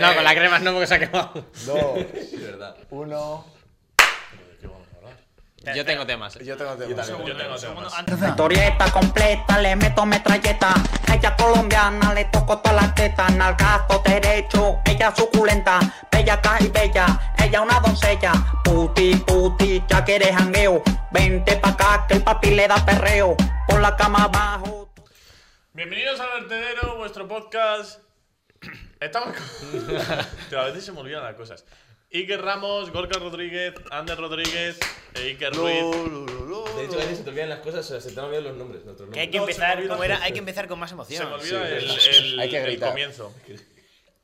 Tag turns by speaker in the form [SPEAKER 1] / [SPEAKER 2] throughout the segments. [SPEAKER 1] No, con la crema no, porque se ha quemado.
[SPEAKER 2] dos,
[SPEAKER 3] Es verdad.
[SPEAKER 2] uno.
[SPEAKER 1] Yo tengo temas.
[SPEAKER 2] Yo tengo
[SPEAKER 3] Yo
[SPEAKER 2] temas.
[SPEAKER 3] también, yo tengo
[SPEAKER 4] segundo,
[SPEAKER 3] temas.
[SPEAKER 4] antes-
[SPEAKER 5] Historieta completa, le meto metralleta. Ella colombiana, le toco todas las tetas. Nalgazo derecho, ella suculenta. Bella caja y bella, ella una doncella. Puti, puti, ya que eres jangueo. Vente pa' acá que el papi le da perreo. Por la cama abajo.
[SPEAKER 4] Bienvenidos al vertedero, vuestro podcast. Estamos con... Tío, a veces se me olvidan las cosas. Iker Ramos, Gorka Rodríguez, Ander Rodríguez e Iker Ruiz.
[SPEAKER 3] De hecho, a veces se te olvidan las cosas, o se te han olvidado los nombres, nuestros
[SPEAKER 6] Que hay
[SPEAKER 3] nombres.
[SPEAKER 6] que
[SPEAKER 4] No, se me
[SPEAKER 6] empezar,
[SPEAKER 4] olvidó.
[SPEAKER 6] como era, hay que empezar con más emoción.
[SPEAKER 4] Se me olvida
[SPEAKER 3] Sí,
[SPEAKER 4] el,
[SPEAKER 3] verdad.
[SPEAKER 4] el-
[SPEAKER 2] Hay que
[SPEAKER 4] el
[SPEAKER 2] gritar.
[SPEAKER 4] comienzo.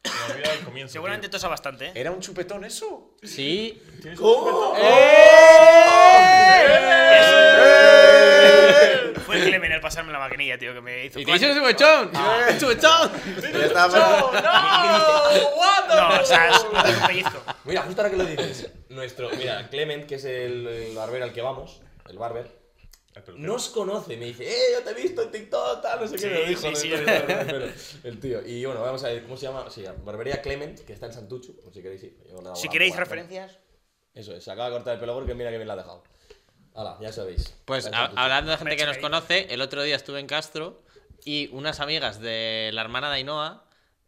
[SPEAKER 4] Se me olvida el comienzo.
[SPEAKER 6] Seguramente tosa bastante, ¿eh?
[SPEAKER 2] ¿Era un chupetón eso?
[SPEAKER 1] Sí.
[SPEAKER 4] ¡Eh!
[SPEAKER 6] ¡Eh! Fue Clemen al pasarme la maquinilla, tío, que me hizo.
[SPEAKER 1] ¿Y te dice un Pues, chubechón? Ah. ¡Un chubechón!
[SPEAKER 2] Ya estaba-
[SPEAKER 6] No, o sea, es un pellizco.
[SPEAKER 3] Mira, justo ahora que lo dices, nuestro. Mira, Clement, que es el, el barber al que vamos, el barber, nos conoce. Me dice, ¡eh, yo te he visto en TikTok! Tal, no sé
[SPEAKER 6] Sí,
[SPEAKER 3] qué me lo dijo.
[SPEAKER 6] sí,
[SPEAKER 3] ¿no?
[SPEAKER 6] sí.
[SPEAKER 3] Pero, el tío. Y bueno, vamos a ver, ¿cómo se llama? Sí, Barbería Clement, que está en Santuchu. Si queréis ir. Yo le hago
[SPEAKER 6] Si
[SPEAKER 3] la-
[SPEAKER 6] queréis
[SPEAKER 3] la- la-
[SPEAKER 6] referencias.
[SPEAKER 3] Eso es, se acaba de cortar el pelo porque mira que bien la ha dejado. Hala, ya sabéis.
[SPEAKER 1] Pues
[SPEAKER 3] Está en
[SPEAKER 1] ha-
[SPEAKER 3] Santuchu.
[SPEAKER 1] hablando de gente que nos
[SPEAKER 6] Mecha ahí.
[SPEAKER 1] conoce, el otro día estuve en Castro y unas amigas de la hermana de Ainhoa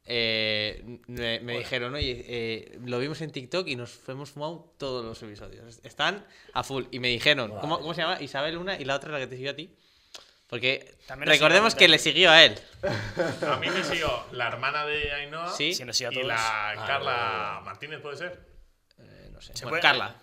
[SPEAKER 1] eh, me, me dijeron, oye, eh, lo vimos en TikTok y nos hemos fumado todos los episodios. Están a full. Y me dijeron,
[SPEAKER 3] Mola,
[SPEAKER 1] ¿cómo,
[SPEAKER 3] eh.
[SPEAKER 1] ¿cómo se llama? Isabel una y la otra la que te siguió a ti. Porque
[SPEAKER 6] También la
[SPEAKER 1] recordemos
[SPEAKER 6] sigo,
[SPEAKER 1] que
[SPEAKER 6] también.
[SPEAKER 1] le siguió a él.
[SPEAKER 4] A mí me siguió la hermana de Ainhoa
[SPEAKER 1] Sí.
[SPEAKER 6] Si nos sigue a
[SPEAKER 4] y
[SPEAKER 6] todos.
[SPEAKER 4] la
[SPEAKER 3] Ah, vale,
[SPEAKER 4] Carla Martínez, ¿puede ser?
[SPEAKER 1] Eh, no sé.
[SPEAKER 6] Se
[SPEAKER 1] Bueno,
[SPEAKER 6] puede-
[SPEAKER 1] Carla.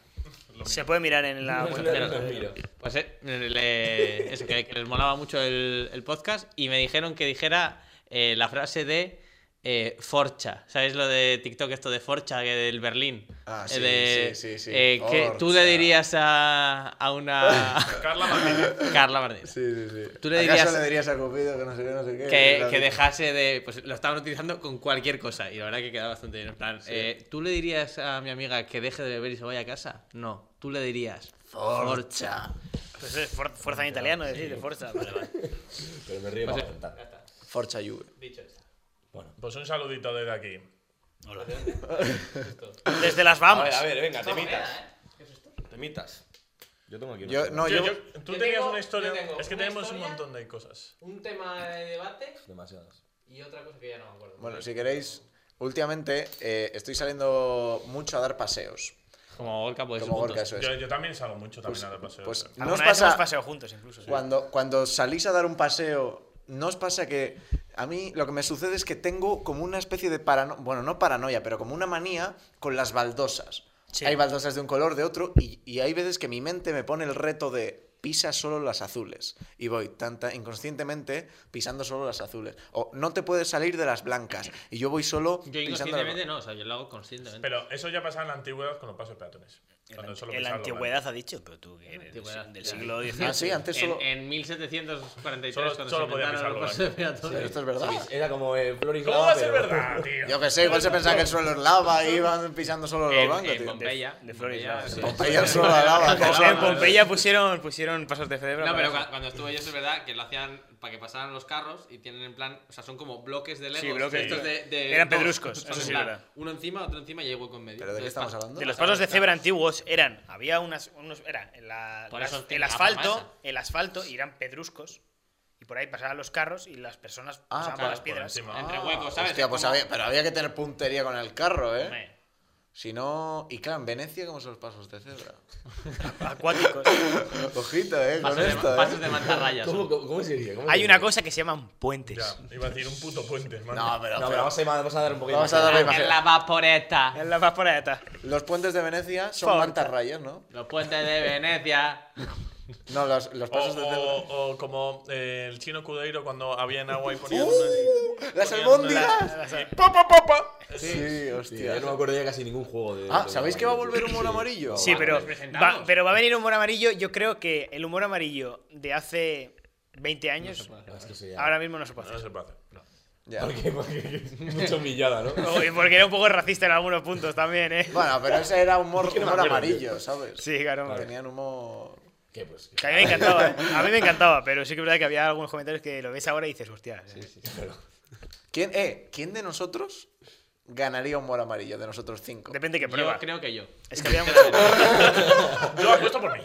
[SPEAKER 6] Se puede mirar en la
[SPEAKER 3] Mira,
[SPEAKER 6] web.
[SPEAKER 3] mira,
[SPEAKER 1] Pero-
[SPEAKER 3] mira.
[SPEAKER 1] Pues eh, le- eso, que, que les molaba mucho el, el podcast y me dijeron que dijera eh, la frase de eh, Forcha. ¿Sabéis lo de TikTok esto de Forcha, que del Berlín?
[SPEAKER 2] Ah,
[SPEAKER 1] Eh,
[SPEAKER 2] sí,
[SPEAKER 1] de,
[SPEAKER 2] sí, sí, sí,
[SPEAKER 1] eh, que tú
[SPEAKER 2] Forcha.
[SPEAKER 1] le dirías a, a una...
[SPEAKER 4] Carla Martínez.
[SPEAKER 1] Carla Martínez.
[SPEAKER 2] Sí, sí, sí.
[SPEAKER 1] Tú le
[SPEAKER 2] ¿Acaso
[SPEAKER 1] dirías-
[SPEAKER 2] le dirías a Cupido que no sé qué, no sé qué?
[SPEAKER 1] Que,
[SPEAKER 2] Claro.
[SPEAKER 1] que dejase de... Pues lo estaban utilizando con cualquier cosa y la verdad que quedaba bastante bien. En plan, eh, ¿tú le dirías a mi amiga que deje de beber y se vaya a casa? No, tú le dirías Forcha.
[SPEAKER 6] Pues es for- fuerza en italiano, decir, de fuerza. Vale, vale.
[SPEAKER 3] Pero me río
[SPEAKER 2] pues,
[SPEAKER 3] para contar.
[SPEAKER 2] Forcha Juve.
[SPEAKER 4] Pues un saludito desde aquí.
[SPEAKER 6] Desde las
[SPEAKER 2] pues,
[SPEAKER 3] A ver,
[SPEAKER 6] Bahamas.
[SPEAKER 3] a ver, venga, temitas. Temitas. Yo tengo aquí.
[SPEAKER 2] eh. Yo, no,
[SPEAKER 4] Tío,
[SPEAKER 2] yo,
[SPEAKER 4] yo- tú
[SPEAKER 1] yo
[SPEAKER 4] tenías
[SPEAKER 1] tengo-
[SPEAKER 4] una historia.
[SPEAKER 1] yo tengo
[SPEAKER 4] Es que
[SPEAKER 1] una
[SPEAKER 4] tenemos un
[SPEAKER 1] historia.
[SPEAKER 4] montón de cosas.
[SPEAKER 1] Un tema de debate
[SPEAKER 3] Demasiadas.
[SPEAKER 1] y otra cosa que ya no me acuerdo.
[SPEAKER 2] Bueno, si queréis, últimamente eh, estoy saliendo mucho a dar paseos.
[SPEAKER 1] Como Gorka, pues.
[SPEAKER 2] como Gorka, eso es.
[SPEAKER 4] Yo, yo también salgo mucho también a dar paseos.
[SPEAKER 2] pues,
[SPEAKER 4] ¿eh?
[SPEAKER 2] ¿no
[SPEAKER 6] Alguna
[SPEAKER 2] os
[SPEAKER 6] vez hemos
[SPEAKER 2] pasa
[SPEAKER 6] paseado juntos, incluso. sí.
[SPEAKER 2] cuando, cuando salís a dar un paseo, no os pasa que a mí lo que me sucede es que tengo como una especie de paranoia, bueno, no paranoia, pero como una manía con las baldosas.
[SPEAKER 6] Sí.
[SPEAKER 2] Hay baldosas de un color, de otro, y, y hay veces que mi mente me pone el reto de pisa solo las azules. Y voy tanta inconscientemente pisando solo las azules. O no te puedes salir de las blancas. Y yo voy solo
[SPEAKER 1] Yo
[SPEAKER 2] pisando las
[SPEAKER 1] inconscientemente no, o sea, yo lo hago conscientemente.
[SPEAKER 4] Pero eso ya pasaba en la antigüedad con los pasos de peatones. Cuando solo
[SPEAKER 6] En la
[SPEAKER 4] pisaba lo
[SPEAKER 6] antigüedad ha dicho, pero tú que eres
[SPEAKER 1] Antigüedad.
[SPEAKER 6] del siglo XIX.
[SPEAKER 2] Ah, sí, antes solo.
[SPEAKER 1] en, en 1743,
[SPEAKER 4] Solo-
[SPEAKER 1] cuando
[SPEAKER 4] solo
[SPEAKER 1] se
[SPEAKER 4] podía
[SPEAKER 1] inventaron los pasos
[SPEAKER 4] pisarlo,
[SPEAKER 1] de
[SPEAKER 2] Pero
[SPEAKER 1] peatones.
[SPEAKER 2] esto es verdad.
[SPEAKER 3] Era como eh, flor y
[SPEAKER 4] blanco. ¿Cómo va
[SPEAKER 3] clava,
[SPEAKER 4] a ser
[SPEAKER 3] pero-
[SPEAKER 4] verdad, tío?
[SPEAKER 2] Yo que sé, igual se pensaba que el suelo es lava y iban pisando solo los
[SPEAKER 1] En,
[SPEAKER 2] blancos,
[SPEAKER 1] en
[SPEAKER 2] tío.
[SPEAKER 1] Pompeya.
[SPEAKER 6] de Flores,
[SPEAKER 1] Pompeya,
[SPEAKER 6] claro,
[SPEAKER 1] sí.
[SPEAKER 6] sí.
[SPEAKER 2] Pompeya el suelo era lava.
[SPEAKER 1] Pompeya.
[SPEAKER 2] tío.
[SPEAKER 6] en Pompeya pusieron, pusieron pasos de cebra.
[SPEAKER 1] No,
[SPEAKER 6] para-
[SPEAKER 1] pero cua- cuando estuve yo, eso es verdad que lo hacían para que pasaran los carros y tienen en plan. O sea, son como bloques de Legos.
[SPEAKER 6] Sí, bloques.
[SPEAKER 1] estos de- de
[SPEAKER 6] Eran
[SPEAKER 1] dos.
[SPEAKER 6] pedruscos,
[SPEAKER 1] Son
[SPEAKER 6] eso
[SPEAKER 1] en
[SPEAKER 6] sí,
[SPEAKER 1] plan,
[SPEAKER 6] verdad.
[SPEAKER 1] Uno encima, otro encima y hay hueco en medio.
[SPEAKER 2] ¿Pero de qué
[SPEAKER 1] Entonces, pa-
[SPEAKER 2] estamos hablando?
[SPEAKER 6] De los pasos de cebra antiguos eran, había unas, unos, era en la-
[SPEAKER 1] Por
[SPEAKER 6] las-
[SPEAKER 1] eso tiene
[SPEAKER 6] el
[SPEAKER 1] la
[SPEAKER 6] asfalto,
[SPEAKER 1] fama
[SPEAKER 6] el asfalto, y eran pedruscos, y por ahí pasaban los carros y las personas
[SPEAKER 2] Ah,
[SPEAKER 6] pasaban por
[SPEAKER 2] claro,
[SPEAKER 6] las
[SPEAKER 4] por
[SPEAKER 6] piedras.
[SPEAKER 4] encima.
[SPEAKER 1] Entre huecos, ¿sabes?
[SPEAKER 2] Hostia, pues
[SPEAKER 1] Como-
[SPEAKER 2] había, pero había que tener puntería con el carro, ¿eh?
[SPEAKER 6] Hombre,
[SPEAKER 2] Si no... Y claro, en Venecia, ¿cómo son los pasos de cebra?
[SPEAKER 6] Acuáticos.
[SPEAKER 2] Ojito, ¿eh? Con
[SPEAKER 1] Pasos de,
[SPEAKER 2] esto,
[SPEAKER 1] pasos
[SPEAKER 2] ¿eh?
[SPEAKER 1] de mantarrayas.
[SPEAKER 3] ¿Cómo, cómo, cómo sería? ¿Cómo
[SPEAKER 6] Hay
[SPEAKER 3] sería?
[SPEAKER 6] una cosa que se llaman puentes.
[SPEAKER 4] Ya, iba a decir un puto puente, hermano.
[SPEAKER 2] No, pero...
[SPEAKER 3] No, pero vamos a, vamos a dar un poquito
[SPEAKER 2] Vamos
[SPEAKER 3] más.
[SPEAKER 2] a darle
[SPEAKER 1] Ah,
[SPEAKER 2] imagen.
[SPEAKER 1] la vaporeta.
[SPEAKER 6] Es la más por allá.
[SPEAKER 2] Los puentes de Venecia son
[SPEAKER 6] Por-
[SPEAKER 2] mantarrayas, ¿no?
[SPEAKER 1] Los puentes de Venecia.
[SPEAKER 2] No, los, los
[SPEAKER 4] O,
[SPEAKER 2] pasos pues de cebra.
[SPEAKER 4] o- o como eh, el chino Cudeiro cuando había en agua y ponían una.
[SPEAKER 2] ¡Uh! ¡Las
[SPEAKER 4] ponían
[SPEAKER 2] albóndigas!
[SPEAKER 4] una- Sí.
[SPEAKER 2] Sí,
[SPEAKER 3] Sí, yo
[SPEAKER 2] hostia.
[SPEAKER 3] no me acuerdo ya casi ningún juego de.
[SPEAKER 2] Ah,
[SPEAKER 3] de-
[SPEAKER 2] ¿sabéis que va a volver un mono
[SPEAKER 3] Sí.
[SPEAKER 2] amarillo?
[SPEAKER 6] Sí,
[SPEAKER 1] Vale,
[SPEAKER 6] pero
[SPEAKER 1] nos presentamos.
[SPEAKER 6] va, pero va a venir humor amarillo. Yo creo que el humor amarillo de hace 20 años
[SPEAKER 3] Ah, Es que se llama.
[SPEAKER 6] ahora mismo no se puede
[SPEAKER 4] No
[SPEAKER 6] hacer.
[SPEAKER 4] se puede hacer.
[SPEAKER 2] Ya.
[SPEAKER 3] ¿Por qué? Porque es mucha humillada, ¿no?
[SPEAKER 6] Uy, Porque era un poco racista en algunos puntos también, ¿eh?
[SPEAKER 2] Bueno, pero ese era humor,
[SPEAKER 3] no me
[SPEAKER 2] humor
[SPEAKER 3] acuerdo,
[SPEAKER 2] amarillo, ¿sabes?
[SPEAKER 6] Sí, claro. hombre.
[SPEAKER 2] Tenían humor...
[SPEAKER 3] ¿Qué? Pues.
[SPEAKER 6] Que a mí me encantaba, ¿eh? a mí me encantaba, pero sí que es verdad que había algunos comentarios que lo ves ahora y dices, hostia. ¿eh?
[SPEAKER 3] Pero-
[SPEAKER 2] ¿Quién, eh, ¿Quién de nosotros ganaría humor amarillo de nosotros cinco?
[SPEAKER 6] Depende que
[SPEAKER 1] Yo
[SPEAKER 6] prueba.
[SPEAKER 1] creo que yo.
[SPEAKER 6] Es que había
[SPEAKER 4] Yo apuesto por mí.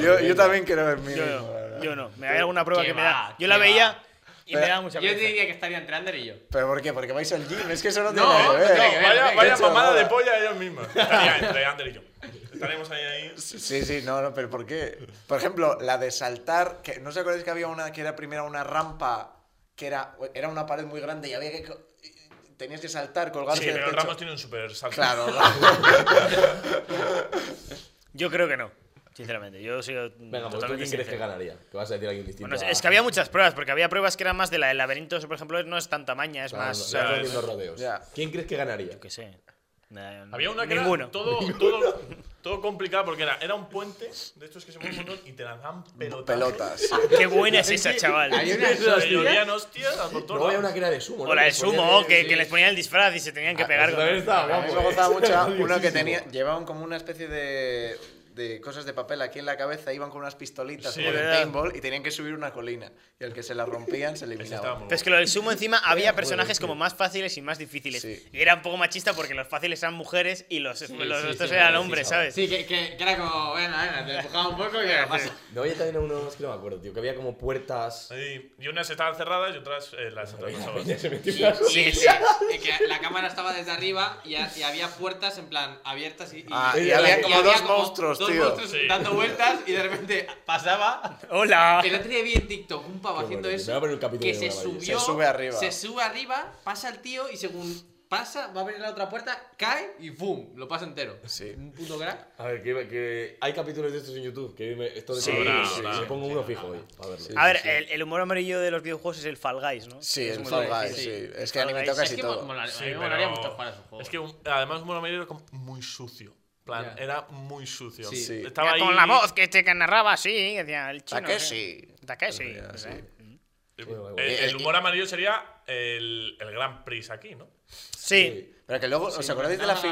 [SPEAKER 2] Yo, yo también quiero ver mi
[SPEAKER 6] Yo
[SPEAKER 2] mismo, la
[SPEAKER 6] no.
[SPEAKER 2] verdad.
[SPEAKER 6] Yo no. Me había alguna prueba
[SPEAKER 1] ¿Qué
[SPEAKER 6] que me
[SPEAKER 1] va?
[SPEAKER 6] da. Yo la
[SPEAKER 1] ¿Qué
[SPEAKER 6] veía
[SPEAKER 1] va?
[SPEAKER 6] y me daba mucha
[SPEAKER 1] Yo
[SPEAKER 6] pena.
[SPEAKER 1] diría que estaría entre Ander y yo.
[SPEAKER 2] ¿Pero por qué? Porque vais al gym. Es que eso no tiene
[SPEAKER 1] No,
[SPEAKER 2] nada que
[SPEAKER 1] no
[SPEAKER 2] ver.
[SPEAKER 1] tiene que ver.
[SPEAKER 4] Vaya,
[SPEAKER 1] qué
[SPEAKER 4] vaya
[SPEAKER 2] chorrada.
[SPEAKER 4] mamada de polla ellos mismos. Estaría entre Ander y yo. Estaremos ahí, ahí.
[SPEAKER 2] Sí, sí, no, no, pero ¿por qué? Por ejemplo, la de saltar, que no os acordáis que había una que era primero una rampa, que era, era una pared muy grande y había que co- tenías que saltar colgarte
[SPEAKER 4] Sí,
[SPEAKER 2] del
[SPEAKER 4] pero
[SPEAKER 2] techo.
[SPEAKER 4] Ramos tiene un super salto.
[SPEAKER 2] Claro,
[SPEAKER 6] Yo creo que no. Sinceramente, yo soy
[SPEAKER 3] Venga, pues tú
[SPEAKER 6] totalmente
[SPEAKER 3] quién crees que
[SPEAKER 6] sincero.
[SPEAKER 3] ganaría? Que vas a decir a alguien distinto. Ah,
[SPEAKER 6] Bueno, es-
[SPEAKER 3] a-
[SPEAKER 6] es que había muchas pruebas, porque había pruebas que eran más de la del laberinto, eso, por ejemplo, no es tanta maña, es
[SPEAKER 3] Claro,
[SPEAKER 6] más...
[SPEAKER 3] no, no
[SPEAKER 6] ¿sabes?
[SPEAKER 3] haciendo rodeos.
[SPEAKER 2] Ya.
[SPEAKER 3] ¿Quién crees que ganaría?
[SPEAKER 6] Yo qué sé. Nah,
[SPEAKER 4] Había una que
[SPEAKER 6] Ninguno.
[SPEAKER 4] era todo, todo, todo complicado porque era, era un puente de estos que se mueven un montón y te lanzaban pelotas.
[SPEAKER 2] pelotas.
[SPEAKER 6] Qué buena es esa, chaval.
[SPEAKER 1] Hay una
[SPEAKER 4] Y olían hostias a por todos
[SPEAKER 3] No había
[SPEAKER 4] lados.
[SPEAKER 3] una que era de sumo. ¿no?
[SPEAKER 6] O la
[SPEAKER 3] Que
[SPEAKER 6] de
[SPEAKER 3] se ponía
[SPEAKER 6] sumo,
[SPEAKER 3] de-
[SPEAKER 6] que,
[SPEAKER 3] sí.
[SPEAKER 6] que les ponían el disfraz y se tenían que
[SPEAKER 3] Ah,
[SPEAKER 6] pegar.
[SPEAKER 3] eso
[SPEAKER 6] con-
[SPEAKER 3] también estaba
[SPEAKER 2] A mí
[SPEAKER 3] guapo,
[SPEAKER 2] me
[SPEAKER 3] eh.
[SPEAKER 2] gustaba mucho
[SPEAKER 3] Está
[SPEAKER 2] uno que
[SPEAKER 3] divertidísimo.
[SPEAKER 2] tenía, llevaban como una especie de, de cosas de papel aquí en la cabeza, iban con unas pistolitas
[SPEAKER 4] Sí,
[SPEAKER 2] como de
[SPEAKER 6] ¿verdad?
[SPEAKER 2] paintball y tenían que subir una colina. Y el que se la rompían se
[SPEAKER 4] Ese estaba
[SPEAKER 2] eliminaba.
[SPEAKER 4] muy
[SPEAKER 6] Pero es que lo del sumo encima había personajes como más fáciles y más difíciles.
[SPEAKER 2] Sí.
[SPEAKER 6] Y era un poco machista porque los fáciles eran mujeres y los, los
[SPEAKER 1] sí,
[SPEAKER 6] otros
[SPEAKER 1] sí,
[SPEAKER 6] eran
[SPEAKER 1] sí,
[SPEAKER 6] hombres,
[SPEAKER 3] sí,
[SPEAKER 6] ¿sabes?
[SPEAKER 1] Sí, que, que, que era como, venga, venga, te empujaba un poco y ya pasa.
[SPEAKER 3] No, había también uno, es que no me acuerdo, tío, que había como puertas.
[SPEAKER 4] bueno. Y, y unas estaban cerradas y otras eh, las atravesaban.
[SPEAKER 3] Ya se metió
[SPEAKER 1] Y,
[SPEAKER 3] una-
[SPEAKER 1] y- y- y que la cámara estaba desde arriba y, ha- y había puertas en plan abiertas y, y-
[SPEAKER 2] Ah, y había como dos monstruos,
[SPEAKER 1] dos
[SPEAKER 2] tío.
[SPEAKER 1] monstruos
[SPEAKER 4] Sí.
[SPEAKER 1] dando vueltas y de repente pasaba.
[SPEAKER 6] ¡Hola!
[SPEAKER 1] El otro día vi en TikTok un pavo
[SPEAKER 3] Qué
[SPEAKER 1] haciendo
[SPEAKER 3] bueno, tío. Me voy a
[SPEAKER 1] eso
[SPEAKER 3] poner un capítulo
[SPEAKER 1] que
[SPEAKER 3] de
[SPEAKER 1] se
[SPEAKER 3] Nueva York.
[SPEAKER 1] subió,
[SPEAKER 2] Se sube arriba.
[SPEAKER 1] se sube arriba, pasa el tío y según pasa va a abrir la otra puerta, cae y ¡pum! lo pasa entero.
[SPEAKER 2] Sí.
[SPEAKER 1] Un puto crack.
[SPEAKER 3] A ver, que, que hay capítulos de estos en YouTube. Que me, esto de
[SPEAKER 6] Sí, Ah,
[SPEAKER 3] Habrá,
[SPEAKER 4] sí,
[SPEAKER 3] habrá.
[SPEAKER 4] sí.
[SPEAKER 3] Me pongo uno fijo hoy. A verlo.
[SPEAKER 2] Sí.
[SPEAKER 6] A ver, el, el humor amarillo de los videojuegos es el Fall Guys, ¿no?
[SPEAKER 2] Sí,
[SPEAKER 6] Es
[SPEAKER 2] el
[SPEAKER 6] muy
[SPEAKER 2] Fall
[SPEAKER 6] difícil.
[SPEAKER 2] Guys, sí. Es que
[SPEAKER 6] Fall
[SPEAKER 2] han
[SPEAKER 6] Guys.
[SPEAKER 2] imitado
[SPEAKER 6] Es
[SPEAKER 2] casi
[SPEAKER 1] que
[SPEAKER 2] todo.
[SPEAKER 1] mola- a mí
[SPEAKER 4] Sí,
[SPEAKER 1] me
[SPEAKER 4] pero-
[SPEAKER 1] molaría mucho jugar a esos juegos.
[SPEAKER 4] Es que un- además Mono Amarillo era como muy sucio. En plan,
[SPEAKER 1] Ya.
[SPEAKER 4] era muy sucio.
[SPEAKER 1] Sí. Sí.
[SPEAKER 4] Estaba ahí,
[SPEAKER 6] con la voz que te narraba así, decía el chino.
[SPEAKER 2] Takeshi.
[SPEAKER 6] Takeshi.
[SPEAKER 2] Ya,
[SPEAKER 6] o
[SPEAKER 2] sí.
[SPEAKER 6] sea.
[SPEAKER 4] eh, El, humor amarillo sería el, el Gran Prix aquí, ¿no?
[SPEAKER 6] Sí.
[SPEAKER 2] Pero que luego, ¿os acordáis de la fi-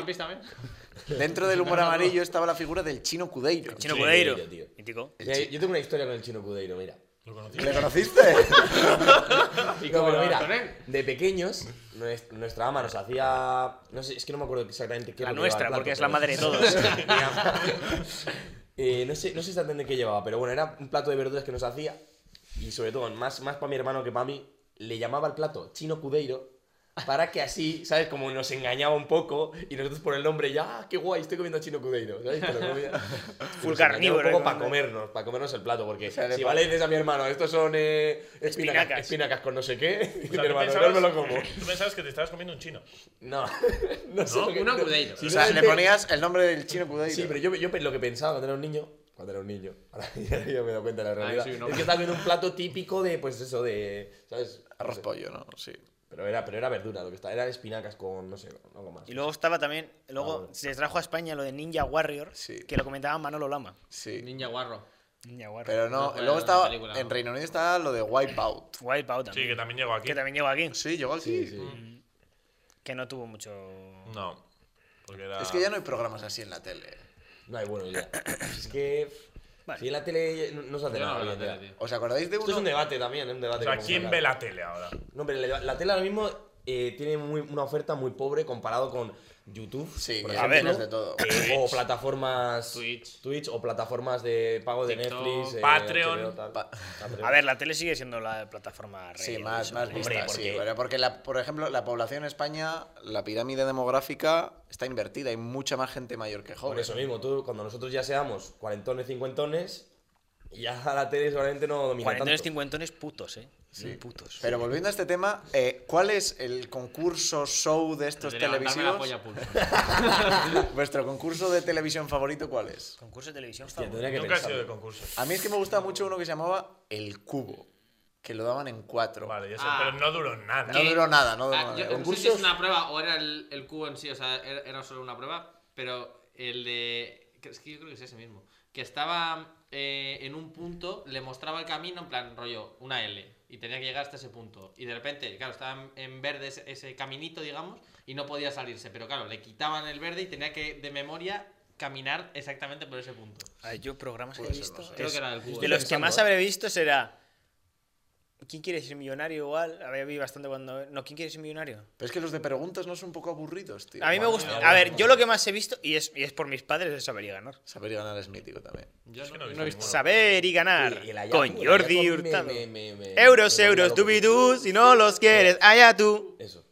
[SPEAKER 2] Dentro del humor amarillo estaba la figura del chino Cudeiro.
[SPEAKER 6] Chino
[SPEAKER 4] Sí,
[SPEAKER 6] Cudeiro.
[SPEAKER 3] tío, tío.
[SPEAKER 6] Mítico.
[SPEAKER 3] Mira, yo tengo una historia con el chino Cudeiro, mira.
[SPEAKER 4] Lo conocí.
[SPEAKER 2] ¿Le conociste?
[SPEAKER 3] No, pero
[SPEAKER 1] con él?
[SPEAKER 3] mira, de pequeños, nues- nuestra ama nos hacía. No sé, es que no me acuerdo exactamente qué
[SPEAKER 6] La
[SPEAKER 3] era lo que
[SPEAKER 6] nuestra,
[SPEAKER 3] llevaba al
[SPEAKER 6] porque es la
[SPEAKER 3] plato,
[SPEAKER 6] madre de
[SPEAKER 3] pero-
[SPEAKER 6] todos.
[SPEAKER 3] Eh, no sé, no sé exactamente qué llevaba, pero bueno, era un plato de verduras que nos hacía. Y sobre todo, más, más para mi hermano que para mí, le llamaba el plato chino Cudeiro. Para que así, ¿sabes? Como nos engañaba un poco y nosotros por el nombre ya, "Ah, qué guay, estoy comiendo chino cudeiro, ¿sabes? Pero comía-
[SPEAKER 6] Full
[SPEAKER 3] nos engañaba
[SPEAKER 6] carnívoro,
[SPEAKER 3] Un poco
[SPEAKER 6] ¿eh?
[SPEAKER 3] para comernos, para comernos el plato, porque
[SPEAKER 2] sea, le
[SPEAKER 3] si
[SPEAKER 2] pa-
[SPEAKER 3] vale dices a mi hermano, estos son eh, espinacas,
[SPEAKER 6] Espinacas.
[SPEAKER 3] espinacas con no sé qué, y
[SPEAKER 4] O sea,
[SPEAKER 3] mi
[SPEAKER 4] tú
[SPEAKER 3] hermano,
[SPEAKER 4] pensabas-
[SPEAKER 3] no me lo como.
[SPEAKER 4] Tú pensabas que te estabas comiendo un chino.
[SPEAKER 3] No, no sé.
[SPEAKER 4] No,
[SPEAKER 3] lo que-
[SPEAKER 1] uno
[SPEAKER 3] no-
[SPEAKER 1] cudeiro.
[SPEAKER 2] o
[SPEAKER 3] si no
[SPEAKER 2] sea, le
[SPEAKER 3] te-
[SPEAKER 2] ponías el nombre del chino Cudeiro.
[SPEAKER 3] Sí, pero yo, yo lo que pensaba cuando era un niño, cuando era un niño, ahora ya, ya me he dado cuenta de la realidad,
[SPEAKER 1] soy un
[SPEAKER 3] es
[SPEAKER 1] hombre.
[SPEAKER 3] que estaba comiendo un plato típico de, pues eso, de, ¿sabes? No
[SPEAKER 2] Arroz
[SPEAKER 3] sé.
[SPEAKER 2] pollo, ¿no? Sí.
[SPEAKER 3] Pero era, pero era verdura lo que estaba, eran espinacas con, no sé, algo más.
[SPEAKER 6] Y luego estaba también, luego
[SPEAKER 3] Ah, bueno.
[SPEAKER 6] se trajo a España lo de Ninja Warrior,
[SPEAKER 2] Sí.
[SPEAKER 6] que lo comentaba Manolo Lama.
[SPEAKER 2] Sí.
[SPEAKER 1] Ninja Guarro.
[SPEAKER 6] Ninja Warrior.
[SPEAKER 2] Pero
[SPEAKER 1] No
[SPEAKER 2] no,
[SPEAKER 1] fue
[SPEAKER 2] luego
[SPEAKER 1] una
[SPEAKER 2] estaba.
[SPEAKER 1] película, ¿no?
[SPEAKER 2] En Reino Unido estaba lo de Wipeout.
[SPEAKER 6] Wipeout
[SPEAKER 4] Sí,
[SPEAKER 6] también.
[SPEAKER 4] que también llegó aquí.
[SPEAKER 6] que también llegó aquí.
[SPEAKER 2] Sí, llegó aquí.
[SPEAKER 3] Sí, sí.
[SPEAKER 6] Que no tuvo mucho.
[SPEAKER 4] No. Porque era...
[SPEAKER 2] Es que ya no hay programas así en la tele.
[SPEAKER 3] No hay bueno ya. es que.
[SPEAKER 6] Vale.
[SPEAKER 3] Si en la tele no, no se hace
[SPEAKER 1] Yo no
[SPEAKER 3] nada.
[SPEAKER 1] veo la
[SPEAKER 3] hoy en
[SPEAKER 1] tele,
[SPEAKER 3] día.
[SPEAKER 1] tío.
[SPEAKER 2] ¿Os acordáis de uno?
[SPEAKER 3] Esto es un debate también, es un
[SPEAKER 4] O
[SPEAKER 3] debate.
[SPEAKER 4] sea,
[SPEAKER 3] que podemos
[SPEAKER 4] ¿quién ve
[SPEAKER 3] sacar.
[SPEAKER 4] la tele ahora?
[SPEAKER 3] No, pero la, la tele ahora mismo eh, tiene muy- una oferta muy pobre comparado con YouTube.
[SPEAKER 2] Sí,
[SPEAKER 3] por
[SPEAKER 2] que
[SPEAKER 3] ejemplo,
[SPEAKER 2] tienes de todo.
[SPEAKER 3] Eh, O plataformas.
[SPEAKER 1] Twitch.
[SPEAKER 3] o plataformas de pago de
[SPEAKER 1] TikTok,
[SPEAKER 3] Netflix. eh,
[SPEAKER 4] Patreon.
[SPEAKER 3] HBO, tal.
[SPEAKER 2] Pa-
[SPEAKER 3] Patreon.
[SPEAKER 6] A ver, la tele sigue siendo la plataforma rey.
[SPEAKER 2] Sí,
[SPEAKER 6] de
[SPEAKER 2] más,
[SPEAKER 6] eso,
[SPEAKER 2] más
[SPEAKER 6] hombre,
[SPEAKER 2] vistas.
[SPEAKER 6] porque-
[SPEAKER 2] Sí, pero porque, la, por ejemplo, la población en España, la pirámide demográfica está invertida. Hay mucha más gente mayor que
[SPEAKER 3] Por
[SPEAKER 2] joven.
[SPEAKER 3] eso mismo, tú, cuando nosotros ya seamos cuarentones, cincuentones, ya la tele seguramente no domina
[SPEAKER 6] Cuarentones,
[SPEAKER 3] tanto.
[SPEAKER 6] cincuentones putos, eh. Muy putos.
[SPEAKER 2] Pero volviendo a este tema, eh, ¿cuál es el concurso show de estos
[SPEAKER 1] De levantarme la pues. polla
[SPEAKER 2] televisivos?
[SPEAKER 1] pues. a pulso.
[SPEAKER 2] ¿Vuestro concurso de televisión favorito cuál es?
[SPEAKER 6] Concurso de televisión
[SPEAKER 3] Hostia,
[SPEAKER 6] favorito.
[SPEAKER 3] tendría que
[SPEAKER 4] Nunca he
[SPEAKER 3] pensarlo.
[SPEAKER 4] sido de concurso.
[SPEAKER 2] A mí es que me gustaba mucho uno que se llamaba El Cubo, que lo daban en cuatro.
[SPEAKER 4] Vale, ya sé,
[SPEAKER 1] Ah.
[SPEAKER 4] pero no duró nada.
[SPEAKER 2] No duró nada, no duró
[SPEAKER 1] Ah,
[SPEAKER 2] nada.
[SPEAKER 1] yo no sé si
[SPEAKER 2] Concursos-
[SPEAKER 1] es una prueba o era el, el cubo en sí, o sea, era, era solo una prueba, pero el de... que Es que yo creo que es ese mismo. Que estaba eh, en un punto, le mostraba el camino en plan rollo, una L, y tenía que llegar hasta ese punto. Y de repente, claro, estaba en, en verde ese, ese caminito, digamos, y no podía salirse, pero claro, le quitaban el verde y tenía que, de memoria, caminar exactamente por ese punto.
[SPEAKER 6] A ver, yo programas que he
[SPEAKER 2] Puede ser,
[SPEAKER 6] visto.
[SPEAKER 2] no sé.
[SPEAKER 1] Creo
[SPEAKER 6] es-
[SPEAKER 3] ¿eh?
[SPEAKER 1] que era el cubo. ¿eh?
[SPEAKER 6] De los que
[SPEAKER 3] pensando,
[SPEAKER 6] más
[SPEAKER 3] ¿eh?
[SPEAKER 6] habré visto será. ¿Quién quiere ser millonario igual? A ver, vi bastante cuando... No, ¿quién quiere ser millonario?
[SPEAKER 2] Pero es que los de preguntas no son un poco aburridos, tío.
[SPEAKER 6] A mí me
[SPEAKER 2] Bueno,
[SPEAKER 6] gusta... A ver, yo lo que más he visto, y es, y es por mis padres, es saber y ganar.
[SPEAKER 2] Saber y ganar es mítico también.
[SPEAKER 1] Yo
[SPEAKER 4] Es que no he
[SPEAKER 1] no he
[SPEAKER 4] visto
[SPEAKER 1] visto.
[SPEAKER 4] ninguno.
[SPEAKER 6] Saber y ganar.
[SPEAKER 3] Y- y el Ayacu,
[SPEAKER 6] con
[SPEAKER 3] el
[SPEAKER 6] Jordi
[SPEAKER 3] Ayacu a mí me-
[SPEAKER 6] Hurtado.
[SPEAKER 3] me- me- me-
[SPEAKER 6] euros,
[SPEAKER 3] me volvía
[SPEAKER 6] euros,
[SPEAKER 3] loco.
[SPEAKER 6] dubidú, si no los quieres, allá tú.
[SPEAKER 3] Eso.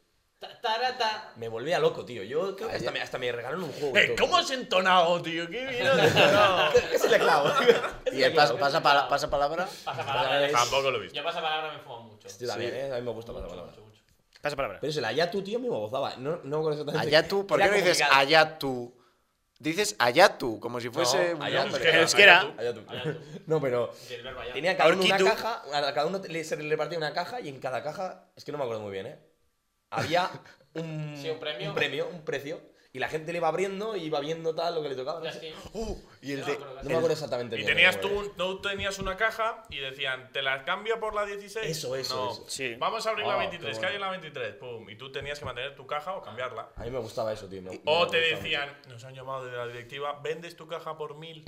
[SPEAKER 3] Me volvía loco, tío. Yo creo que hasta me, hasta me regalaron un juego. y
[SPEAKER 4] Eh,
[SPEAKER 3] todo.
[SPEAKER 4] ¿Cómo has entonado, tío? ¿Qué bien has entonado?
[SPEAKER 3] Casi le clavo.
[SPEAKER 2] ¿Y el pas- pasa, pala- pasa palabra?
[SPEAKER 1] Pasapalabra.
[SPEAKER 4] Tampoco lo he visto.
[SPEAKER 1] Yo pasapalabra me fumo mucho.
[SPEAKER 3] Yo también, eh, a mí me gusta pasar palabra.
[SPEAKER 6] Pasa palabra.
[SPEAKER 3] Pero eso, el allá tú, tío, a mí me gozaba. No, no con exactamente.
[SPEAKER 2] Allá tú, ¿por qué
[SPEAKER 3] Era
[SPEAKER 2] no dices
[SPEAKER 3] complicado.
[SPEAKER 2] allá tú? Dices allá tú, como si fuese un
[SPEAKER 3] allá tú,
[SPEAKER 2] nombre.
[SPEAKER 4] Es que-
[SPEAKER 6] Es que era-
[SPEAKER 3] Allá tú. No, pero tenía cada uno una
[SPEAKER 6] Aurkitu.
[SPEAKER 3] caja, a cada uno le- se le repartía una caja y en cada caja, es que no me acuerdo muy bien, ¿eh? Había un,
[SPEAKER 1] Sí, un premio.
[SPEAKER 3] un premio, un precio, y la gente le iba abriendo y iba viendo tal lo que le tocaba. No, sé.
[SPEAKER 2] Uh, y el
[SPEAKER 1] No,
[SPEAKER 2] de...
[SPEAKER 1] pero-
[SPEAKER 3] No me acuerdo exactamente
[SPEAKER 4] Y
[SPEAKER 3] bien.
[SPEAKER 4] tenías tú,
[SPEAKER 3] cómo era.
[SPEAKER 4] un- no tenías una caja y decían, ¿te la cambio por la 16?
[SPEAKER 3] Eso, eso,
[SPEAKER 4] No.
[SPEAKER 3] eso.
[SPEAKER 6] Sí.
[SPEAKER 4] Vamos a abrir
[SPEAKER 3] Ah,
[SPEAKER 4] la
[SPEAKER 3] qué
[SPEAKER 4] 23, ¿qué
[SPEAKER 3] bueno.
[SPEAKER 4] hay en la 23? Pum. Y tú tenías que mantener tu caja o cambiarla.
[SPEAKER 3] A mí me gustaba eso, tío. me-
[SPEAKER 4] O
[SPEAKER 3] me
[SPEAKER 4] te
[SPEAKER 3] gustaba mucho.
[SPEAKER 4] decían, nos han llamado desde la directiva, vendes tu caja por mil.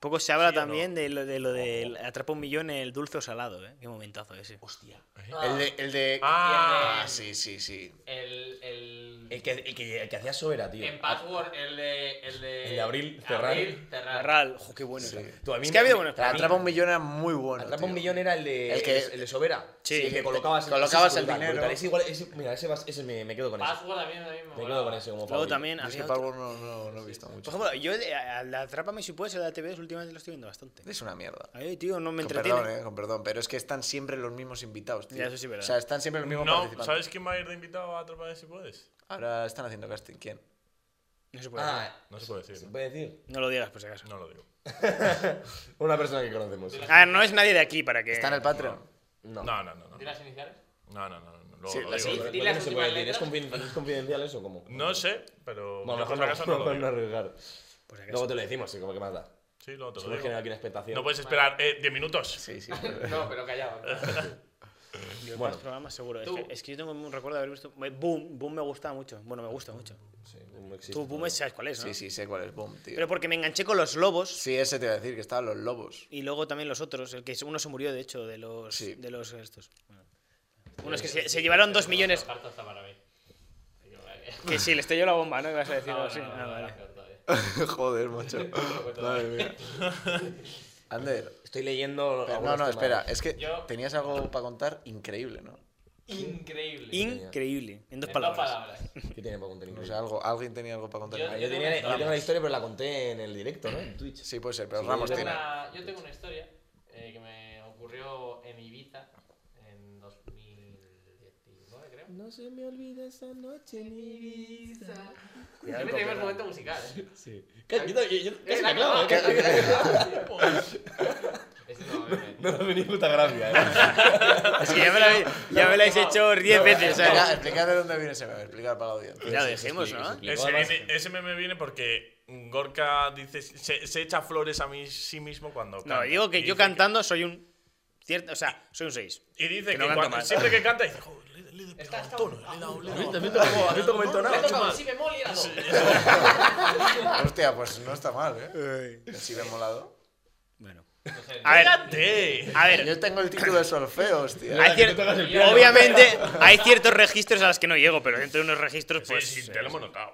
[SPEAKER 6] Poco se habla
[SPEAKER 4] ¿Sí o no?
[SPEAKER 6] también de lo de, lo del atrapa un millón el dulce o salado, ¿eh? Qué momentazo ese.
[SPEAKER 3] Hostia.
[SPEAKER 2] El de... El de...
[SPEAKER 4] Ah,
[SPEAKER 2] Ah, sí, sí, sí.
[SPEAKER 1] El, el,
[SPEAKER 3] El que, el que, el Ah, que hacía eso era, tío.
[SPEAKER 1] En password, el de. El de,
[SPEAKER 3] El de Abril, Terral.
[SPEAKER 1] Abril, Terral.
[SPEAKER 6] Barral, ojo, qué bueno.
[SPEAKER 2] Sí.
[SPEAKER 3] Tú, a mí
[SPEAKER 6] Es
[SPEAKER 3] me-
[SPEAKER 6] que ha habido
[SPEAKER 3] me-
[SPEAKER 6] buenos
[SPEAKER 2] La
[SPEAKER 3] a mí-
[SPEAKER 2] atrapa un millón era muy bueno,
[SPEAKER 3] Atrapa un
[SPEAKER 2] tío.
[SPEAKER 3] millón era el de,
[SPEAKER 2] El
[SPEAKER 3] el
[SPEAKER 2] que-
[SPEAKER 3] el de, Sobera.
[SPEAKER 6] Sí,
[SPEAKER 3] el que colocabas, ese
[SPEAKER 2] colocabas
[SPEAKER 3] es
[SPEAKER 2] el
[SPEAKER 3] brutal,
[SPEAKER 2] dinero.
[SPEAKER 3] brutal. Ese igual, ese- mira, ese, vas- ese me, me quedo con ese.
[SPEAKER 1] Password a mí me
[SPEAKER 3] Me quedo con ese como
[SPEAKER 6] Luego
[SPEAKER 3] favorito.
[SPEAKER 6] también
[SPEAKER 2] Yo Es que
[SPEAKER 6] había otro-
[SPEAKER 2] Power no, no, no he visto
[SPEAKER 6] Por
[SPEAKER 2] mucho.
[SPEAKER 6] ejemplo, yo el de- a- la Atrápame si puedes, el de TV últimamente lo estoy viendo bastante.
[SPEAKER 2] Es una mierda.
[SPEAKER 6] Ay, tío, no me
[SPEAKER 2] Con
[SPEAKER 6] entretiene.
[SPEAKER 2] perdón, eh, con perdón, pero es que están siempre los mismos invitados, tío.
[SPEAKER 6] Ya, eso sí es verdad.
[SPEAKER 2] O sea, están siempre los mismos
[SPEAKER 4] No,
[SPEAKER 2] participantes.
[SPEAKER 4] ¿sabes quién va a ir de invitado a Atrapar si puedes?
[SPEAKER 2] Ahora están haciendo casting. ¿Quién?
[SPEAKER 6] No se puede.
[SPEAKER 3] Ah,
[SPEAKER 4] No se puede decir.
[SPEAKER 3] ¿se
[SPEAKER 4] ¿no?
[SPEAKER 3] puede decir?
[SPEAKER 6] No lo digas por si acaso.
[SPEAKER 4] No lo digo.
[SPEAKER 3] Una persona que conocemos.
[SPEAKER 6] Ah, no es nadie de aquí para que.
[SPEAKER 2] Está en el Patreon.
[SPEAKER 3] No.
[SPEAKER 4] No, no, no. No,
[SPEAKER 1] ¿Di las iniciales?
[SPEAKER 4] no, no. no, no, luego
[SPEAKER 2] Sí,
[SPEAKER 4] lo
[SPEAKER 2] la
[SPEAKER 4] digo.
[SPEAKER 2] siguiente.
[SPEAKER 1] Di
[SPEAKER 3] ¿Cómo
[SPEAKER 1] las
[SPEAKER 3] que se
[SPEAKER 1] últimas
[SPEAKER 3] puede decir? ¿Es
[SPEAKER 1] letras.
[SPEAKER 3] confiden- ¿Es confidencial eso o cómo?
[SPEAKER 4] No sé, pero.
[SPEAKER 3] Bueno,
[SPEAKER 4] yo
[SPEAKER 3] mejor
[SPEAKER 4] por si
[SPEAKER 3] no,
[SPEAKER 4] acaso no lo
[SPEAKER 3] mejor no
[SPEAKER 4] digo.
[SPEAKER 3] arriesgar.
[SPEAKER 6] Por si acaso.
[SPEAKER 3] Luego te lo decimos, sí, como que más da.
[SPEAKER 4] Sí, luego te lo
[SPEAKER 3] Hemos
[SPEAKER 4] digo.
[SPEAKER 3] generado aquí una expectación.
[SPEAKER 4] No puedes esperar eh, 10 minutos.
[SPEAKER 2] Sí, sí.
[SPEAKER 1] No, pero callado.
[SPEAKER 6] Yo
[SPEAKER 3] Bueno.
[SPEAKER 6] más programas seguro. Es
[SPEAKER 1] Tú.
[SPEAKER 6] que, es que yo tengo un recuerdo de haber visto. eh, Boom, Boom me gustaba mucho. Bueno, me gusta mucho.
[SPEAKER 3] Sí, no existe.
[SPEAKER 6] Tú, Boom, sabes cuál es, ¿no?
[SPEAKER 2] Sí, sí, sé cuál es Boom, tío.
[SPEAKER 6] Pero pues, porque me enganché con los lobos
[SPEAKER 2] Sí, ese te iba a decir, que estaban los lobos.
[SPEAKER 6] y luego también los otros. El que uno se murió, de hecho, de los.
[SPEAKER 2] Sí.
[SPEAKER 6] De los estos. Bueno. Unos que se, se llevaron dos millones.
[SPEAKER 1] Parto hasta para mí. Digo, vale.
[SPEAKER 6] Que sí, les estoy yo la bomba, ¿no? Que vas a decir
[SPEAKER 1] No,
[SPEAKER 6] algo
[SPEAKER 1] no,
[SPEAKER 6] así.
[SPEAKER 1] no,
[SPEAKER 6] Ah,
[SPEAKER 1] no,
[SPEAKER 6] vale.
[SPEAKER 1] no, no, todavía.
[SPEAKER 2] Joder, macho. Madre mía. Ander.
[SPEAKER 3] Estoy leyendo.
[SPEAKER 2] pero no,
[SPEAKER 3] algunos
[SPEAKER 2] no,
[SPEAKER 3] temas.
[SPEAKER 2] espera. Es que
[SPEAKER 1] Yo-
[SPEAKER 2] tenías algo para contar increíble, ¿no?
[SPEAKER 1] Increíble.
[SPEAKER 6] Increíble. En dos
[SPEAKER 1] En dos
[SPEAKER 6] palabras.
[SPEAKER 1] palabras.
[SPEAKER 3] ¿Qué tiene para contar
[SPEAKER 2] O
[SPEAKER 3] increíble?
[SPEAKER 2] sea, algo, alguien tenía algo para contar.
[SPEAKER 1] Yo-
[SPEAKER 3] Ah,
[SPEAKER 2] increíble.
[SPEAKER 3] Yo tenía yo tengo la historia, pero la conté en el directo, ¿no? En Twitch.
[SPEAKER 2] Sí, puede ser, pero
[SPEAKER 3] Sí,
[SPEAKER 2] Ramos
[SPEAKER 3] yo-
[SPEAKER 1] tengo
[SPEAKER 2] tiene.
[SPEAKER 1] una- yo tengo una historia eh, que me ocurrió en Ibiza en 2019, creo.
[SPEAKER 3] No se me olvida esa noche mi vida.
[SPEAKER 6] Cuidado
[SPEAKER 1] Siempre
[SPEAKER 6] con
[SPEAKER 1] tenemos
[SPEAKER 6] Pedro.
[SPEAKER 1] momento musical, ¿eh?
[SPEAKER 3] Sí. Yo, yo, yo,
[SPEAKER 1] Es
[SPEAKER 3] casi
[SPEAKER 1] la
[SPEAKER 3] la clavo,
[SPEAKER 1] clave.
[SPEAKER 3] ¿eh?
[SPEAKER 1] Ese no, eh,
[SPEAKER 3] No me ni puta gracia, ¿eh?
[SPEAKER 6] Es que Ah, ya me la, habéis- ya me la habéis hecho 10 veces,
[SPEAKER 2] Explica-
[SPEAKER 6] ¿sabes?
[SPEAKER 2] Explicar de dónde viene ese meme, explicar para la audiencia.
[SPEAKER 6] Ya lo dijimos, ¿no?
[SPEAKER 3] Y
[SPEAKER 4] Ese,
[SPEAKER 3] luego además-
[SPEAKER 4] viene- ese meme viene porque Gorka dice, se, se echa flores a mí, sí mismo cuando
[SPEAKER 6] No,
[SPEAKER 4] canta.
[SPEAKER 6] digo
[SPEAKER 4] Y
[SPEAKER 6] que yo
[SPEAKER 4] dice
[SPEAKER 6] cantando soy un. Cierto, o sea, soy un 6.
[SPEAKER 4] Y dice
[SPEAKER 6] que
[SPEAKER 4] que,
[SPEAKER 6] no canto
[SPEAKER 4] cuando-
[SPEAKER 6] mal.
[SPEAKER 4] siempre que canta dice, joder, le, le he
[SPEAKER 1] Está- está-
[SPEAKER 4] pegado el tono, le he dado, le he dado.
[SPEAKER 3] ¿Has visto cómo- has visto cómo he
[SPEAKER 1] Me
[SPEAKER 3] entonado?
[SPEAKER 1] he tocado un si bemol y era do.
[SPEAKER 2] Hostia, pues no está mal, ¿eh? Si me ha molado.
[SPEAKER 6] Bueno. A ver,
[SPEAKER 4] ¡Fíjate!
[SPEAKER 6] a ver.
[SPEAKER 2] Yo tengo el título de solfeo, hostia.
[SPEAKER 6] Hay cier- Obviamente, hay ciertos registros a los que no llego, pero dentro de unos registros,
[SPEAKER 4] Pues
[SPEAKER 6] pues.
[SPEAKER 4] sí, sí,
[SPEAKER 6] eh,
[SPEAKER 4] te lo hemos notado.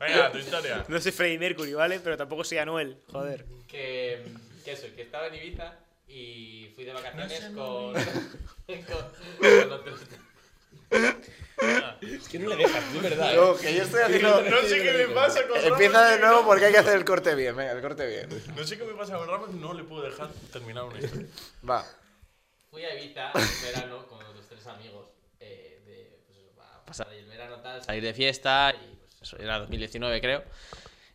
[SPEAKER 4] Venga, tu historia.
[SPEAKER 6] No soy Freddie Mercury, ¿vale? Pero tampoco soy Anuel, joder.
[SPEAKER 1] que, que eso, que estaba en Ibiza y fui de vacaciones con, con, con otros.
[SPEAKER 3] Es que no le dejas, es verdad.
[SPEAKER 2] Yo, que yo estoy haciendo.
[SPEAKER 4] No sé qué me pasa con Ramos.
[SPEAKER 2] Empieza de
[SPEAKER 4] que
[SPEAKER 2] nuevo
[SPEAKER 4] no-
[SPEAKER 2] porque hay que hacer el corte bien, venga, el corte bien.
[SPEAKER 4] No sé qué me pasa con Ramos, no le puedo dejar terminar una historia.
[SPEAKER 2] Va.
[SPEAKER 1] Fui a Ibiza en verano con otros tres amigos eh, de pues eso, para pasar ahí el verano tal, salir de fiesta y pues eso era 2019 creo.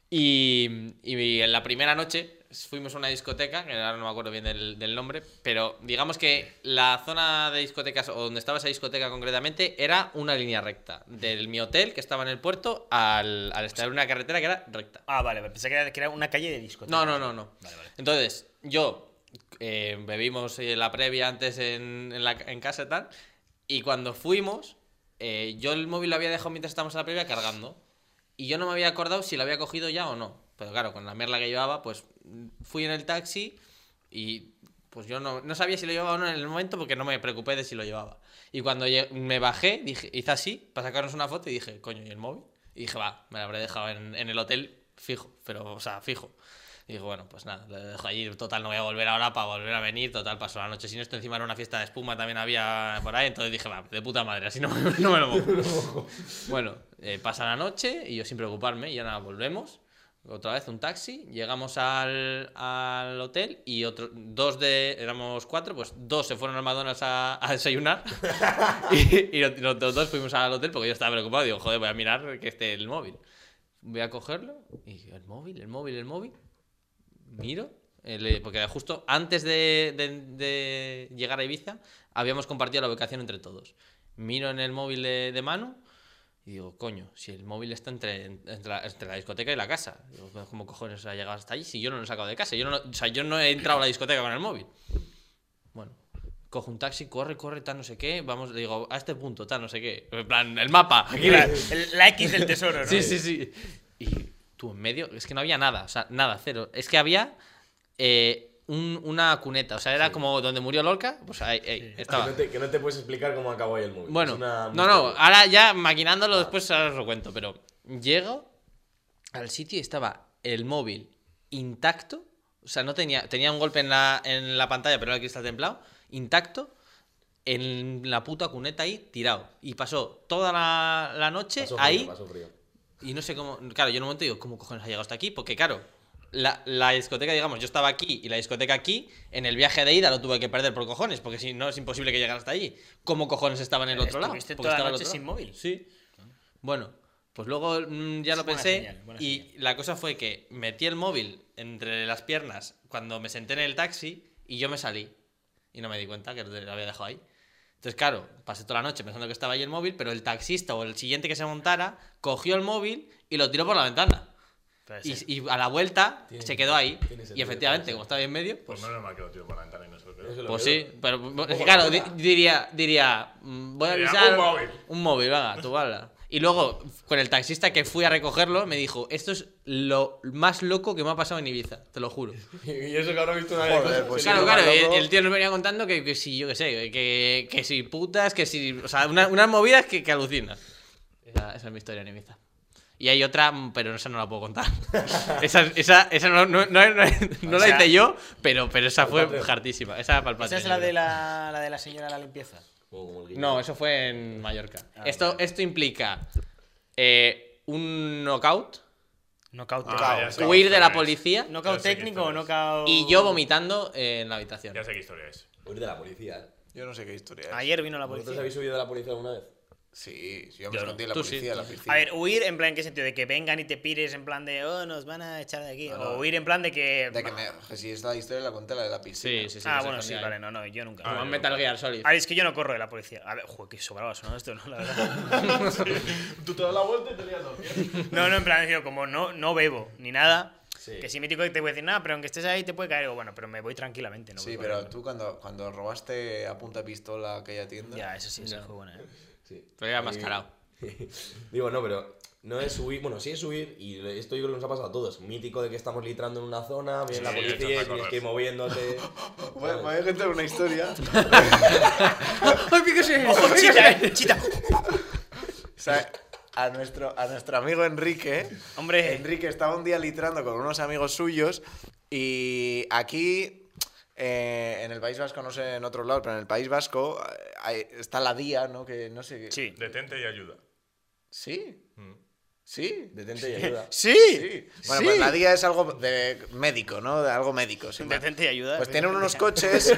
[SPEAKER 1] Y, y en la primera noche fuimos a una discoteca, que ahora no me acuerdo bien del, del nombre, pero digamos que la zona de discotecas, o donde estaba esa discoteca concretamente, era una línea recta. Del mi hotel, que estaba en el puerto, al, al estar en una carretera que era recta.
[SPEAKER 6] Ah, vale, pensé que era, que era una calle de discotecas.
[SPEAKER 1] No, no, no, no.
[SPEAKER 6] Vale, vale.
[SPEAKER 1] Entonces, yo eh, bebimos eh, la previa antes en, en la- en casa y tal. Y cuando fuimos, eh, yo el móvil lo había dejado mientras estábamos en la previa cargando. Y yo no me había acordado si lo había cogido ya o no. Pero claro, con la merla que llevaba, pues mm, fui en el taxi y pues, Pues yo no, no sabía si lo llevaba o no en el momento porque no me preocupé de si lo llevaba. Y cuando lle- me bajé, dije, hice así para sacarnos una foto y dije, coño, ¿y el móvil? Y dije, va, me lo habré dejado en, en el hotel fijo, pero, o sea, fijo. Y dije, bueno, pues nada, lo dejo allí. Total, no voy a volver ahora para volver a venir. Total, pasó la noche sin esto. Encima era una fiesta de espuma, también había por ahí. Entonces dije, va, de puta madre, así no, me- no me lo mojo. bueno, eh, pasa la noche y yo sin preocuparme, y ya nada, volvemos. Otra vez un taxi, llegamos al, al hotel y otro, dos de, éramos cuatro, pues dos se fueron al McDonald's a, a desayunar y, y los, los dos fuimos al hotel porque yo estaba preocupado, digo, joder, voy a mirar que esté el móvil. Voy a cogerlo y el móvil, el móvil, el móvil, miro, eh, le- porque justo antes de, de- de llegar a Ibiza habíamos compartido la ubicación entre todos. Miro en el móvil de, de Manu y digo, coño, si el móvil está entre, entre, la, entre la discoteca y la casa. Digo, ¿cómo cojones ha llegado hasta allí si yo no lo he sacado de casa? Yo no, lo- o sea, yo no he entrado a la discoteca con el móvil. Bueno, cojo un taxi, corre, corre, tal, no sé qué. Vamos, le digo, a este punto, tal, no sé qué. En plan, el mapa. Aquí
[SPEAKER 6] La, el- la X del tesoro, ¿no?
[SPEAKER 1] Sí, sí, sí. Y tú en medio, es que no había nada, o sea, nada, cero. Es que había eh, un- una cuneta, o sea, era como donde murió Lorca, pues ahí, ahí,
[SPEAKER 3] Que
[SPEAKER 1] estaba.
[SPEAKER 3] no, te, que no te puedes explicar cómo acabó ahí el móvil.
[SPEAKER 1] Bueno,
[SPEAKER 3] Es una
[SPEAKER 1] no, no, ahora ya maquinándolo después ahora os lo cuento, pero llego al sitio y estaba el móvil intacto, o sea, no tenía, tenía un golpe en la, en la pantalla, pero era el cristal templado, intacto, en la puta cuneta ahí, tirado. Y pasó toda la, la noche
[SPEAKER 3] Pasó frío,
[SPEAKER 1] ahí.
[SPEAKER 3] pasó frío.
[SPEAKER 1] Y no sé cómo. Claro, yo en un momento digo, ¿cómo cojones ha llegado hasta aquí? Porque, claro, la, la discoteca, digamos, yo estaba aquí y la discoteca aquí, en el viaje de ida lo tuve que perder por cojones, porque si no es imposible que llegara hasta allí. ¿Cómo cojones estaba en el otro lado?
[SPEAKER 6] Estuviste
[SPEAKER 1] Porque
[SPEAKER 6] toda la
[SPEAKER 1] estaba al
[SPEAKER 6] noche
[SPEAKER 1] otro
[SPEAKER 6] sin
[SPEAKER 1] lado.
[SPEAKER 6] móvil.
[SPEAKER 1] Sí. Bueno, pues luego mm, ya lo
[SPEAKER 6] buena
[SPEAKER 1] pensé
[SPEAKER 6] señal, buena
[SPEAKER 1] y la cosa fue que metí el móvil entre las piernas cuando me senté en el taxi y yo me salí. Y no me di cuenta que lo había dejado ahí. Entonces, claro, pasé toda la noche pensando que estaba ahí el móvil, pero el taxista o el siguiente que se montara cogió el móvil y lo tiró por la ventana. Y, y a la vuelta
[SPEAKER 3] Tiene-
[SPEAKER 1] se quedó ahí.
[SPEAKER 3] tiene sentido,
[SPEAKER 1] Y efectivamente,
[SPEAKER 3] parece.
[SPEAKER 1] como estaba ahí en medio,
[SPEAKER 4] Pues
[SPEAKER 1] pues,
[SPEAKER 4] menos mal que lo tiro por la ventana y no se lo
[SPEAKER 3] Eso
[SPEAKER 4] creo.
[SPEAKER 3] lo
[SPEAKER 1] pues
[SPEAKER 3] peor.
[SPEAKER 1] sí. Pero bueno, es que
[SPEAKER 3] Ojo,
[SPEAKER 1] claro,
[SPEAKER 3] espera.
[SPEAKER 1] di- diría, diría, mm, voy a
[SPEAKER 4] Diría,
[SPEAKER 1] avisar.
[SPEAKER 4] un móvil.
[SPEAKER 1] Un móvil, venga, tú bala. Y luego, con el taxista que fui a recogerlo, me dijo: Esto es lo más loco que me ha pasado en Ibiza, te lo juro.
[SPEAKER 3] Y eso que habrá visto una
[SPEAKER 2] Joder,
[SPEAKER 3] cosa,
[SPEAKER 2] pues
[SPEAKER 3] se
[SPEAKER 1] claro,
[SPEAKER 3] le-
[SPEAKER 1] claro,
[SPEAKER 2] loco.
[SPEAKER 1] el, el tío nos venía contando que, que si, yo qué sé, que, que si putas, que si. O sea, una- unas movidas que, que alucinas. Esa, esa es mi historia en Ibiza. Y hay otra, pero esa no la puedo contar. esa esa, esa no, no, no- no- no la
[SPEAKER 6] sea,
[SPEAKER 1] hice yo, pero, pero esa fue
[SPEAKER 3] Patreon.
[SPEAKER 1] hartísima. Esa para el
[SPEAKER 6] Esa es
[SPEAKER 1] Patreon,
[SPEAKER 6] la
[SPEAKER 1] yo
[SPEAKER 6] de
[SPEAKER 1] creo.
[SPEAKER 6] la, la de la señora de la limpieza.
[SPEAKER 3] Como- como el guiño.
[SPEAKER 1] No, eso fue en Mallorca.
[SPEAKER 6] Ah,
[SPEAKER 1] esto, esto implica eh, un knockout,
[SPEAKER 6] Knockout.
[SPEAKER 4] Ah, ya sé qué
[SPEAKER 1] huir de la
[SPEAKER 4] historia es.
[SPEAKER 1] policía
[SPEAKER 6] ¿Knockout
[SPEAKER 4] Ya sé qué
[SPEAKER 6] técnico o
[SPEAKER 4] historia es.
[SPEAKER 6] knockout...?
[SPEAKER 1] y yo vomitando eh, en la habitación.
[SPEAKER 4] Ya sé qué historia es.
[SPEAKER 3] Huir de la policía, ¿eh?
[SPEAKER 2] Yo no sé qué historia es.
[SPEAKER 6] Ayer vino la
[SPEAKER 3] ¿Vosotros
[SPEAKER 6] policía.
[SPEAKER 3] habéis subido de la policía alguna vez?
[SPEAKER 2] Sí, sí, yo me
[SPEAKER 1] Yo no.
[SPEAKER 2] escondí en la
[SPEAKER 1] Tú sí,
[SPEAKER 2] policía, en
[SPEAKER 1] tú
[SPEAKER 2] la
[SPEAKER 1] sí.
[SPEAKER 2] piscina.
[SPEAKER 6] A ver, huir en plan, ¿qué sentido? De que vengan y te pires en plan de, oh, nos van a echar de aquí.
[SPEAKER 2] No,
[SPEAKER 6] O
[SPEAKER 2] no.
[SPEAKER 6] huir en plan de que...
[SPEAKER 2] De que me- que si esta historia la conté la de la
[SPEAKER 1] Sí,
[SPEAKER 2] piscina.
[SPEAKER 1] sí, sí.
[SPEAKER 6] ah,
[SPEAKER 1] que se
[SPEAKER 6] bueno, sí,
[SPEAKER 1] escondía ahí.
[SPEAKER 6] vale, no, no, yo nunca.
[SPEAKER 1] Como
[SPEAKER 4] Ah,
[SPEAKER 1] en Metal Gear Solid.
[SPEAKER 6] A ver, es que yo no corro de la policía. A ver, joder, qué sobrado ha sonado esto, ¿no? La verdad.
[SPEAKER 4] Tú te das la vuelta y te lías dos pies.
[SPEAKER 6] No, no, en plan, digo, como no, no bebo ni nada,
[SPEAKER 3] Sí.
[SPEAKER 6] que si mítico que te voy a decir nada, pero aunque estés ahí te puede caer. Digo, bueno, pero me voy tranquilamente, ¿no? pues
[SPEAKER 2] Sí,
[SPEAKER 6] voy
[SPEAKER 2] pero
[SPEAKER 6] corriendo.
[SPEAKER 2] tú cuando, cuando robaste a punta pistola aquella tienda.
[SPEAKER 6] Ya, eso sí, eso fue bueno, ¿eh?
[SPEAKER 3] Sí.
[SPEAKER 1] Pero era
[SPEAKER 3] Y-
[SPEAKER 1] mascarado.
[SPEAKER 3] Digo, no, pero no es subir. Bueno, sí es subir, y esto yo creo que nos ha pasado a todos. Mítico de que estamos litrando en una zona, viene la
[SPEAKER 4] sí, te
[SPEAKER 3] policía y
[SPEAKER 4] toca
[SPEAKER 3] tienes
[SPEAKER 4] correr.
[SPEAKER 3] que ir moviéndote.
[SPEAKER 2] Voy, voy a contar una historia.
[SPEAKER 1] ¡Ay,
[SPEAKER 3] Oh,
[SPEAKER 1] fíjese!
[SPEAKER 6] ¡Ojo, chita, eh! ¡Chita!
[SPEAKER 2] O sea, a nuestro, a nuestro amigo Enrique.
[SPEAKER 6] Hombre.
[SPEAKER 2] Enrique estaba un día litrando con unos amigos suyos y aquí. eh, en el País Vasco, no sé en otros lados, pero en el País Vasco eh, hay- está la DIA, ¿no? Que no sé qué.
[SPEAKER 6] Sí.
[SPEAKER 4] Detente y ayuda.
[SPEAKER 2] ¿Sí? ¿Sí?
[SPEAKER 3] Detente y ayuda.
[SPEAKER 6] ¡Sí!
[SPEAKER 2] Sí. Bueno, pues la DIA es algo de médico, ¿no? De algo médico. sí.
[SPEAKER 6] Detente y ayuda.
[SPEAKER 2] Pues tienen unos coches,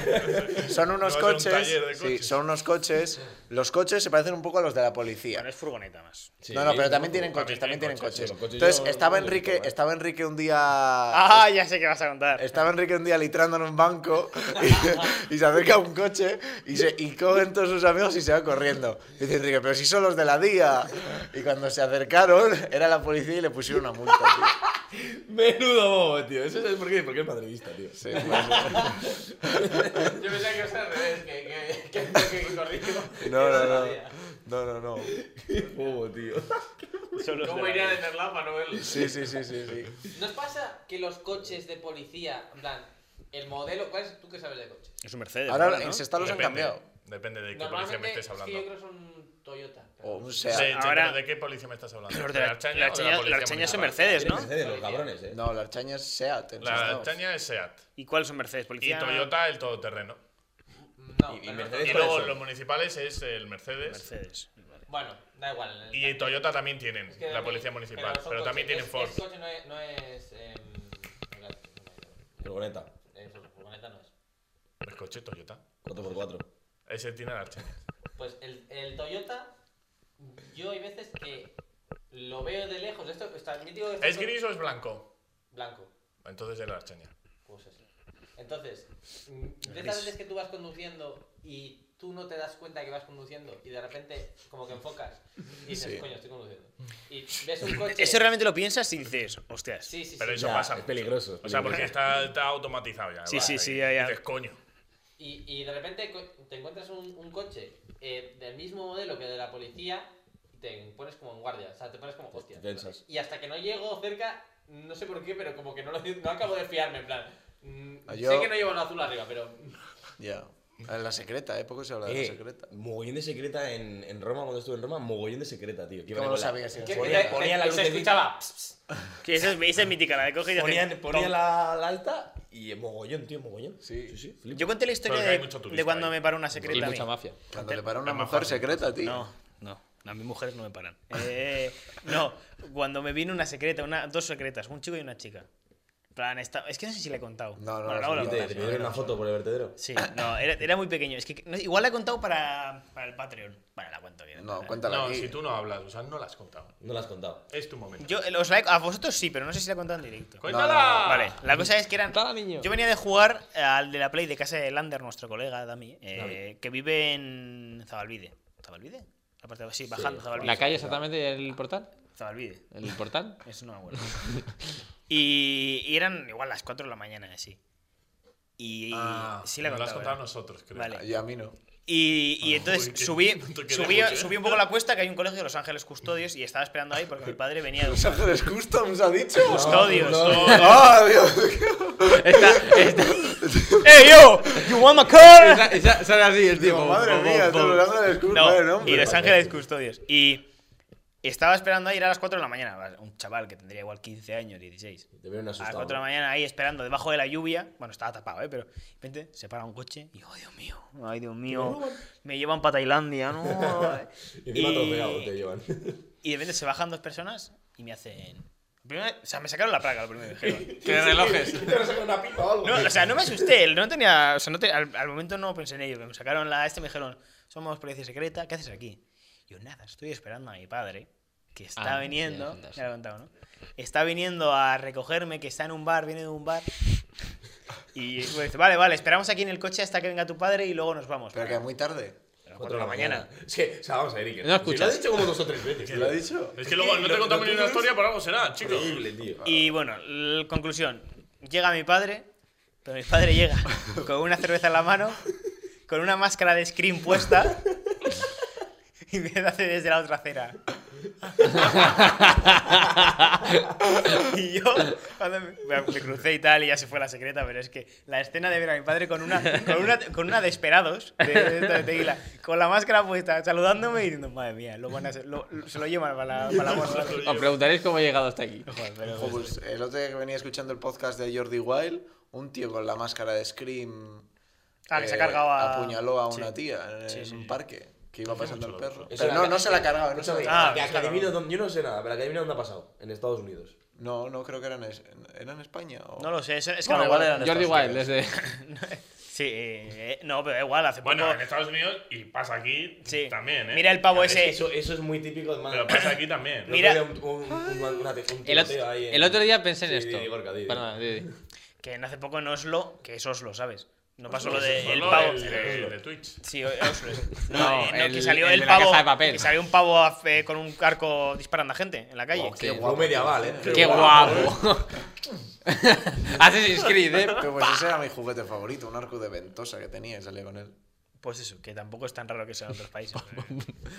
[SPEAKER 2] son unos
[SPEAKER 4] No, es un
[SPEAKER 2] coches,
[SPEAKER 4] taller de
[SPEAKER 2] sí,
[SPEAKER 4] coches.
[SPEAKER 2] son unos coches. Los coches se parecen un poco a los de la policía.
[SPEAKER 6] Bueno, es furgoneta más.
[SPEAKER 3] Sí,
[SPEAKER 2] no, no, pero también
[SPEAKER 3] ¿no?
[SPEAKER 2] tienen
[SPEAKER 4] también
[SPEAKER 2] coches, también
[SPEAKER 4] tienen
[SPEAKER 2] tienen coches.
[SPEAKER 4] coches,
[SPEAKER 3] sí, los coches
[SPEAKER 2] Entonces
[SPEAKER 3] yo-
[SPEAKER 2] estaba
[SPEAKER 3] yo
[SPEAKER 2] Enrique,
[SPEAKER 3] tampoco, ¿eh?
[SPEAKER 2] estaba Enrique un día
[SPEAKER 6] ¡Ah, ya sé qué vas a contar!
[SPEAKER 2] estaba Enrique un día litrando en un banco y, y se acerca a un coche y, se, y cogen todos sus amigos y se va corriendo. Y dice Enrique, pero si son los de la DIA. Y cuando se acercaron, era la policía y le pusieron una multa. tío.
[SPEAKER 3] Menudo bobo, tío. Eso es porque, porque es madridista, tío.
[SPEAKER 2] Sí, pues,
[SPEAKER 3] eh.
[SPEAKER 1] Yo pensaba que era al revés, que, que, que, que corrijo.
[SPEAKER 2] no, no, no. No, no, no.
[SPEAKER 3] Bobo, tío.
[SPEAKER 1] ¿Cómo iría a tenerla para no verlo?
[SPEAKER 2] Sí, sí, sí, sí. sí.
[SPEAKER 1] ¿Nos pasa que los coches de policía, en plan, El modelo, ¿cuál es tú que sabes de coches?
[SPEAKER 7] Es un Mercedes.
[SPEAKER 2] Ahora
[SPEAKER 7] ¿no?
[SPEAKER 2] en Sestao los han
[SPEAKER 4] Depende-
[SPEAKER 2] cambiado.
[SPEAKER 4] Depende de qué policía me
[SPEAKER 1] Normalmente
[SPEAKER 4] estés
[SPEAKER 1] es que yo
[SPEAKER 4] hablando.
[SPEAKER 1] creo que es un Toyota.
[SPEAKER 2] O
[SPEAKER 3] Oh,
[SPEAKER 2] un
[SPEAKER 4] Sí,
[SPEAKER 2] SEAT.
[SPEAKER 4] sí, pero
[SPEAKER 6] Ahora-
[SPEAKER 4] ¿De qué policía me estás hablando?
[SPEAKER 6] Los de la,
[SPEAKER 4] Archaña o
[SPEAKER 6] la
[SPEAKER 4] de
[SPEAKER 6] Archaña- la
[SPEAKER 4] policía
[SPEAKER 6] Archaña son
[SPEAKER 4] municipal?
[SPEAKER 6] Mercedes, ¿no?
[SPEAKER 3] Mercedes, los cabrones, eh.
[SPEAKER 2] No, la Archaña es SEAT. en
[SPEAKER 4] La
[SPEAKER 2] Sestao.
[SPEAKER 4] Archaña es SEAT.
[SPEAKER 6] ¿Y cuáles son Mercedes?
[SPEAKER 4] Y
[SPEAKER 6] Policía.
[SPEAKER 4] Toyota el todoterreno.
[SPEAKER 1] No,
[SPEAKER 3] Y- y
[SPEAKER 1] pero no
[SPEAKER 3] Mercedes-
[SPEAKER 4] Y
[SPEAKER 1] es
[SPEAKER 3] cuáles
[SPEAKER 4] luego
[SPEAKER 3] son?
[SPEAKER 4] los municipales es el Mercedes.
[SPEAKER 7] Mercedes.
[SPEAKER 1] Toyota. Bueno, da igual. el-
[SPEAKER 4] Y Toyota también tienen,
[SPEAKER 1] es que
[SPEAKER 4] la
[SPEAKER 1] también-
[SPEAKER 4] policía municipal.
[SPEAKER 1] son
[SPEAKER 4] Pero también tienen
[SPEAKER 1] coches.
[SPEAKER 4] Ford.
[SPEAKER 1] Es- es coche no es. No es em, no es-
[SPEAKER 3] Furgoneta.
[SPEAKER 1] eh, furgoneta no es.
[SPEAKER 4] ¿Es coche Toyota?
[SPEAKER 3] 4x4.
[SPEAKER 4] Ese tiene la Archaña.
[SPEAKER 1] Pues el, el Toyota, yo hay veces que lo veo de lejos. Esto está mítico. que esto
[SPEAKER 4] ¿Es gris o es blanco?
[SPEAKER 1] Blanco.
[SPEAKER 4] Entonces es la Archaña.
[SPEAKER 1] Pues eso. Entonces, mm, de esas veces que tú vas conduciendo y tú no te das cuenta que vas conduciendo y de repente como que enfocas y dices,
[SPEAKER 2] Sí.
[SPEAKER 1] coño, estoy conduciendo. Y ves un coche...
[SPEAKER 6] Eso realmente lo piensas y dices, hostias.
[SPEAKER 1] Sí, sí,
[SPEAKER 4] Pero
[SPEAKER 1] sí.
[SPEAKER 4] eso
[SPEAKER 3] Ya,
[SPEAKER 4] pasa.
[SPEAKER 3] es
[SPEAKER 4] mucho.
[SPEAKER 3] peligroso, es
[SPEAKER 4] O sea,
[SPEAKER 3] peligroso.
[SPEAKER 4] porque está, está automatizado ya.
[SPEAKER 6] Sí,
[SPEAKER 4] va,
[SPEAKER 6] sí,
[SPEAKER 4] ahí.
[SPEAKER 6] sí, ya, ya.
[SPEAKER 4] Dices, coño.
[SPEAKER 1] Y, y de repente co- te encuentras un, un coche eh, del mismo modelo que de la policía y te pones como en guardia. O sea, te pones como, hostia.
[SPEAKER 3] Pues te tensas.
[SPEAKER 1] Y hasta que no llego cerca, no sé por qué, pero como que no, lo, no acabo de fiarme, en plan...
[SPEAKER 3] Ah,
[SPEAKER 1] mm,
[SPEAKER 2] Yo-
[SPEAKER 1] Sé que no llevo el azul arriba, pero...
[SPEAKER 2] Ya. La secreta, ¿eh? Poco se habla de
[SPEAKER 3] Eh,
[SPEAKER 2] la secreta.
[SPEAKER 3] mogollón de secreta en, en Roma, cuando estuve en Roma, mogollón de secreta, tío. que iban
[SPEAKER 2] ¿Cómo lo
[SPEAKER 3] con la-
[SPEAKER 2] sabías?
[SPEAKER 1] Que-
[SPEAKER 3] Ponía-
[SPEAKER 1] que-
[SPEAKER 3] ponía la
[SPEAKER 1] que
[SPEAKER 3] luz
[SPEAKER 1] Eh, se
[SPEAKER 3] de-
[SPEAKER 1] escuchaba... "Ps, ps".
[SPEAKER 6] Sí, esa, es, esa es mítica, la de coges y haces
[SPEAKER 3] Ponían, ponía
[SPEAKER 6] tom.
[SPEAKER 3] la, la alta y eh, mogollón, tío, mogollón. Sí, sí, sí. flipo.
[SPEAKER 6] Yo conté la historia
[SPEAKER 4] Pero que hay
[SPEAKER 6] de,
[SPEAKER 4] mucho turista
[SPEAKER 6] de cuando
[SPEAKER 4] ahí.
[SPEAKER 6] me paró una secreta.
[SPEAKER 7] Y
[SPEAKER 6] a mí.
[SPEAKER 7] mucha mafia.
[SPEAKER 2] Cuando le para una
[SPEAKER 4] es más
[SPEAKER 2] mujer
[SPEAKER 4] fácil, pues,
[SPEAKER 2] secreta, tío.
[SPEAKER 7] No, no. A mis mujeres no me paran.
[SPEAKER 6] Eh, no, cuando me vino una secreta, una, dos secretas, un chico y una chica. En plan, esta- es que no sé si le he contado.
[SPEAKER 2] No, no,
[SPEAKER 6] Bueno,
[SPEAKER 2] no, sí,
[SPEAKER 6] luego lo
[SPEAKER 2] no,
[SPEAKER 3] Y te,
[SPEAKER 2] no,
[SPEAKER 6] contaré.
[SPEAKER 3] te pidieron una foto por el vertedero.
[SPEAKER 6] Sí, no, era, era muy pequeño. Es que no- igual la he contado para, para el Patreon. Bueno, la cuento bien.
[SPEAKER 2] No, cuéntala
[SPEAKER 4] No,
[SPEAKER 2] aquí.
[SPEAKER 4] si tú no hablas, o sea, no la has contado.
[SPEAKER 3] No la has contado.
[SPEAKER 4] Es tu momento.
[SPEAKER 6] Yo eh, os la he- a vosotros sí, pero no sé si la he contado en directo.
[SPEAKER 4] ¡Cuéntala!
[SPEAKER 6] Vale, la cosa es que eran.
[SPEAKER 7] Contala, niño.
[SPEAKER 6] Yo venía de jugar al de la Play de casa de Lander, nuestro colega Dami, eh, que vive en Zabalvide. ¿Zabalvide? La parte de- sí, bajando Zabalvide.
[SPEAKER 7] ¿La calle exactamente del portal?
[SPEAKER 6] Zabalvide.
[SPEAKER 7] ¿El portal?
[SPEAKER 6] Eso no me acuerdo. y, y eran igual las 4 de la mañana, así. Y
[SPEAKER 4] Ah,
[SPEAKER 6] sí la he
[SPEAKER 4] nos la has
[SPEAKER 6] contado,
[SPEAKER 4] contado Ah, a
[SPEAKER 6] ¿verdad?
[SPEAKER 4] nosotros, creo.
[SPEAKER 6] Vale.
[SPEAKER 2] Y a mí no.
[SPEAKER 6] Y, y entonces
[SPEAKER 4] Uy, qué-
[SPEAKER 6] subí,
[SPEAKER 4] qué lejos,
[SPEAKER 6] subí,
[SPEAKER 4] ¿eh?
[SPEAKER 6] subí un poco la cuesta, que hay un colegio de Los Ángeles Custodios, y estaba esperando ahí porque mi padre venía de
[SPEAKER 2] Los
[SPEAKER 6] un
[SPEAKER 2] Ángeles Customs ha dicho.
[SPEAKER 4] Pues
[SPEAKER 6] custodios.
[SPEAKER 2] ¡Ah, Dios!
[SPEAKER 6] ¡Ey, yo! ¿You want my car?
[SPEAKER 7] Sale así el
[SPEAKER 2] Digo, madre mía, tío, Los Ángeles Customs.
[SPEAKER 6] No,
[SPEAKER 2] vaya nombre.
[SPEAKER 6] y Los Ángeles Custodios. Y estaba esperando a ir a las 4 de la mañana. vale, Un chaval que tendría igual 15 años, 16.
[SPEAKER 3] Te vieron
[SPEAKER 6] A las
[SPEAKER 3] asustado.
[SPEAKER 6] 4 de la mañana ahí esperando debajo de la lluvia. Bueno, estaba tapado, ¿eh? Pero de repente se para un coche y, oh, Dios mío, ay, Dios mío, me llevan para Tailandia, ¿no?
[SPEAKER 3] Y encima atropellado te llevan.
[SPEAKER 6] y de repente se bajan dos personas y me hacen. Primero- o sea, me sacaron la placa lo primero que dijeron.
[SPEAKER 1] Que relojes.
[SPEAKER 3] Te van a sacar una pipa o algo.
[SPEAKER 6] No, o sea, no me asusté, no tenía, o sea, no te- al, al momento no pensé en ello, pero me sacaron la este y me dijeron, somos policía secreta, ¿qué haces aquí? Y yo, nada, estoy esperando a mi padre, que está
[SPEAKER 7] Ah,
[SPEAKER 6] viniendo,
[SPEAKER 7] sí, sí.
[SPEAKER 6] ya lo he contado, ¿no? Está viniendo a recogerme, que está en un bar, viene de un bar, y me dice, vale, vale, esperamos aquí en el coche hasta que venga tu padre y luego nos vamos.
[SPEAKER 2] Pero que muy tarde.
[SPEAKER 6] A las cuatro de la mañana.
[SPEAKER 3] Es que, o sea, vamos a ver, Iker.
[SPEAKER 7] No escuchas.
[SPEAKER 3] Lo has dicho como dos o tres veces.
[SPEAKER 2] ¿Lo ha dicho?
[SPEAKER 4] Es que luego no te contamos ni una historia, por algo será, chicos.
[SPEAKER 3] Increíble, tío.
[SPEAKER 6] Y bueno, l- conclusión. Llega mi padre, pero mi padre llega con una cerveza en la mano, con una máscara de screen puesta y me hace desde la otra acera. y yo, cuando me, me- me crucé y tal, y ya se fue la secreta, pero es que la escena de ver a mi padre con una, con una, con una de esperados, de, de, de Tequila, con la máscara puesta, saludándome y diciendo, madre mía, lo van a hacer- lo- lo- se lo llevan para la, para la bolsa".
[SPEAKER 7] Os preguntaréis cómo he llegado hasta aquí.
[SPEAKER 6] Joder, pero-
[SPEAKER 2] Ojo, pues, el otro día que venía escuchando el podcast de Jordi Wild, un tío con la máscara de Scream.
[SPEAKER 6] Ah, que se ha
[SPEAKER 2] eh,
[SPEAKER 6] cargado a-
[SPEAKER 2] Apuñaló a
[SPEAKER 6] Sí.
[SPEAKER 2] una tía en
[SPEAKER 6] Sí, sí,
[SPEAKER 2] un
[SPEAKER 6] sí.
[SPEAKER 2] parque que iba pasando el
[SPEAKER 4] mucho
[SPEAKER 2] perro.
[SPEAKER 3] Eso
[SPEAKER 2] Pero
[SPEAKER 3] era-
[SPEAKER 2] no, no se la ha cargado, no se la ha
[SPEAKER 3] Escúchame,
[SPEAKER 2] cargado.
[SPEAKER 6] Ah,
[SPEAKER 3] que-
[SPEAKER 6] pues
[SPEAKER 3] que
[SPEAKER 6] claro.
[SPEAKER 3] adivina dónde- yo no sé nada, pero que adivina dónde ha pasado. En Estados Unidos.
[SPEAKER 2] No, no creo que era en, es- era en España. o-
[SPEAKER 6] No lo sé, eso- es que
[SPEAKER 2] Bueno,
[SPEAKER 6] no
[SPEAKER 2] igual
[SPEAKER 6] me acuerdo.
[SPEAKER 2] eran
[SPEAKER 7] Jordi
[SPEAKER 2] Estados
[SPEAKER 7] Wild,
[SPEAKER 2] Unidos.
[SPEAKER 7] desde.
[SPEAKER 6] Sí, eh, eh, no, pero da igual, hace
[SPEAKER 4] Bueno,
[SPEAKER 6] poco.
[SPEAKER 4] en Estados Unidos y pasa aquí
[SPEAKER 6] Sí.
[SPEAKER 4] también, ¿eh?
[SPEAKER 6] Mira el pavo
[SPEAKER 4] Ya,
[SPEAKER 6] ese.
[SPEAKER 3] Eso, eso es muy típico de
[SPEAKER 4] Pero pasa aquí también.
[SPEAKER 6] Mira-
[SPEAKER 3] Un, un, un, una- un
[SPEAKER 7] El, ot-
[SPEAKER 3] tiroteo ahí en-
[SPEAKER 7] el otro día pensé en
[SPEAKER 3] Sí,
[SPEAKER 7] esto.
[SPEAKER 3] di, Gorka, di, di.
[SPEAKER 7] Perdona, di, di.
[SPEAKER 6] Que en hace poco en Oslo, que es Oslo, ¿sabes? No pasó lo
[SPEAKER 4] Solo
[SPEAKER 6] de el pavo.
[SPEAKER 4] El, el de Twitch.
[SPEAKER 6] Sí, Oslo. es- No,
[SPEAKER 7] No,
[SPEAKER 6] eh, no, que
[SPEAKER 7] el-
[SPEAKER 6] salió
[SPEAKER 7] el
[SPEAKER 6] el,
[SPEAKER 7] de la
[SPEAKER 6] pavo.
[SPEAKER 7] Casa de Papel.
[SPEAKER 6] Que salió un pavo a- eh, con un arco disparando a gente en la calle.
[SPEAKER 2] Guau,
[SPEAKER 7] Sí.
[SPEAKER 2] qué
[SPEAKER 3] Fue
[SPEAKER 2] guapo.
[SPEAKER 3] medieval, ¿eh?
[SPEAKER 7] ¡Qué guapo! Assassin's Creed, ¿eh?
[SPEAKER 2] Pero pues ese era mi juguete favorito, un arco de ventosa que tenía y salía con él.
[SPEAKER 6] Pues eso, que tampoco es tan raro que sea en otros países.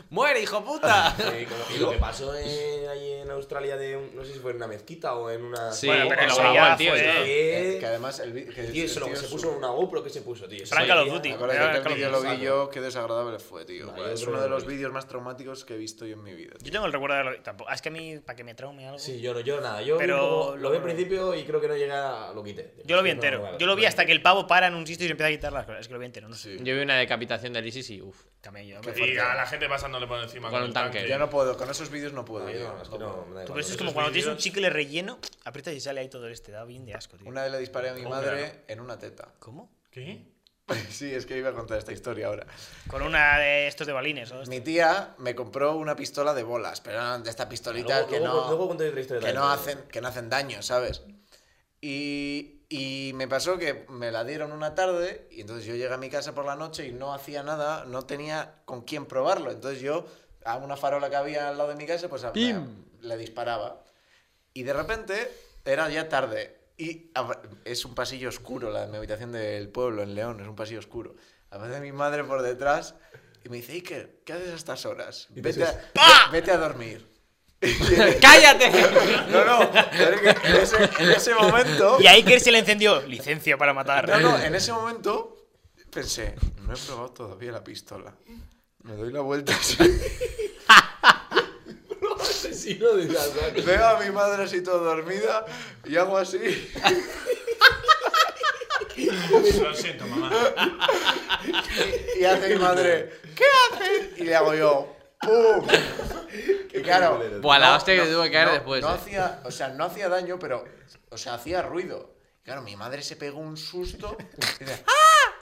[SPEAKER 7] ¡Muere, hijo puta!
[SPEAKER 3] pues, Sí, como- y lo que pasó en- ahí en Australia de, un- no sé si fue en una mezquita o en una...
[SPEAKER 7] Sí,
[SPEAKER 6] Bueno, pero
[SPEAKER 7] lo
[SPEAKER 6] eso
[SPEAKER 7] grabó
[SPEAKER 6] ya
[SPEAKER 7] el tío.
[SPEAKER 6] fue-
[SPEAKER 7] ¿sabes?
[SPEAKER 3] Eh,
[SPEAKER 2] Eh, que además el vi- que
[SPEAKER 3] Tío,
[SPEAKER 2] el
[SPEAKER 3] eso lo que
[SPEAKER 2] tío
[SPEAKER 3] se
[SPEAKER 2] es
[SPEAKER 3] puso
[SPEAKER 2] un-
[SPEAKER 3] una GoPro que se puso, tío.
[SPEAKER 6] Frank
[SPEAKER 3] Sí,
[SPEAKER 6] Call of
[SPEAKER 3] ya.
[SPEAKER 6] Duty.
[SPEAKER 2] ¿Te
[SPEAKER 6] Sí,
[SPEAKER 2] acuerdas
[SPEAKER 6] era
[SPEAKER 2] que aquel
[SPEAKER 6] Call of
[SPEAKER 2] vídeo
[SPEAKER 6] Duty.
[SPEAKER 2] lo vi yo, qué desagradable fue, tío.
[SPEAKER 3] Vale,
[SPEAKER 2] Bueno,
[SPEAKER 3] yo
[SPEAKER 2] es
[SPEAKER 3] creo
[SPEAKER 2] uno
[SPEAKER 3] que
[SPEAKER 2] de
[SPEAKER 3] lo
[SPEAKER 2] los
[SPEAKER 3] vi.
[SPEAKER 2] vídeos más traumáticos que he visto yo en mi vida. tío.
[SPEAKER 6] Yo tengo el recuerdo de lo... tampoco- ah, Es que a mí, para que me traume algo...
[SPEAKER 3] Sí, yo no, yo nada. Yo
[SPEAKER 6] Pero-
[SPEAKER 3] un poco- lo vi al principio y creo que no llega a lo quité.
[SPEAKER 6] Yo lo vi
[SPEAKER 3] No, no,
[SPEAKER 6] entero.
[SPEAKER 3] vale.
[SPEAKER 6] Yo lo vi hasta que el pavo para en un sitio y se empieza a quitar las cosas. Es que lo vi entero, no sé.
[SPEAKER 2] Sí.
[SPEAKER 7] Yo vi una decapitación del ISIS y uff.
[SPEAKER 6] También yo.
[SPEAKER 2] Qué
[SPEAKER 6] me-
[SPEAKER 4] Y a la gente pasándole por encima
[SPEAKER 7] Con
[SPEAKER 4] con,
[SPEAKER 7] un
[SPEAKER 4] el
[SPEAKER 7] tanque.
[SPEAKER 4] tanque.
[SPEAKER 2] Yo no puedo, con esos vídeos no puedo.
[SPEAKER 3] No,
[SPEAKER 2] tío,
[SPEAKER 3] yo no, es que
[SPEAKER 2] no
[SPEAKER 3] no,
[SPEAKER 2] puedo.
[SPEAKER 3] me da
[SPEAKER 6] Tú,
[SPEAKER 3] igual.
[SPEAKER 6] pero eso Pues es
[SPEAKER 4] Esos
[SPEAKER 6] como cuando tienes un
[SPEAKER 4] vídeos-
[SPEAKER 6] chicle relleno, aprietas y sale ahí todo este. Da bien de asco, tío.
[SPEAKER 2] Una vez le disparé a mi
[SPEAKER 4] Hombre,
[SPEAKER 2] madre en una teta.
[SPEAKER 6] ¿Cómo?
[SPEAKER 4] ¿Qué?
[SPEAKER 2] Sí, es que iba a contar esta historia ahora.
[SPEAKER 6] Con una de estos de balines, ¿no?
[SPEAKER 2] Mi tía me compró una pistola de bolas, pero eran de estas pistolitas
[SPEAKER 3] Luego-
[SPEAKER 2] que
[SPEAKER 3] luego-
[SPEAKER 2] no.
[SPEAKER 3] luego contaré otra historia
[SPEAKER 2] que no
[SPEAKER 3] también.
[SPEAKER 2] hacen que no hacen daño, ¿sabes? Y, y me pasó que me la dieron una tarde y entonces yo llegué a mi casa por la noche y no hacía nada, no tenía con quién probarlo. Entonces yo a una farola que había al lado de mi casa pues a- me- le disparaba. Y de repente era ya tarde. Y ab- es un pasillo oscuro, la de mi habitación del pueblo en León, es un pasillo oscuro. Aparece mi madre por detrás y me dice, Iker, ¿qué haces a estas horas? Vete a, ve- vete a dormir.
[SPEAKER 7] ¡Cállate!
[SPEAKER 2] No, no, pero es que en ese, en ese momento.
[SPEAKER 6] Y a Iker se le encendió. Licencia para matar.
[SPEAKER 2] No,
[SPEAKER 7] ¿eh?
[SPEAKER 2] no, en ese momento pensé, no he probado todavía la pistola. Me doy la vuelta así.
[SPEAKER 3] Asesino de las vacas.
[SPEAKER 2] Veo a mi madre así toda dormida y hago así.
[SPEAKER 4] Lo siento, mamá.
[SPEAKER 2] Y hace mi madre, ¿qué haces? Y le hago yo, ¡pum! Y claro.
[SPEAKER 7] Buah, la
[SPEAKER 2] no-
[SPEAKER 7] hostia que
[SPEAKER 2] no-
[SPEAKER 7] tuve que caer
[SPEAKER 2] no-
[SPEAKER 7] después.
[SPEAKER 2] No
[SPEAKER 7] eh.
[SPEAKER 2] hacía, o sea, no hacía daño, pero. O sea, hacía ruido. Claro, mi madre se pegó un susto. Y, dice, "¡Ah!".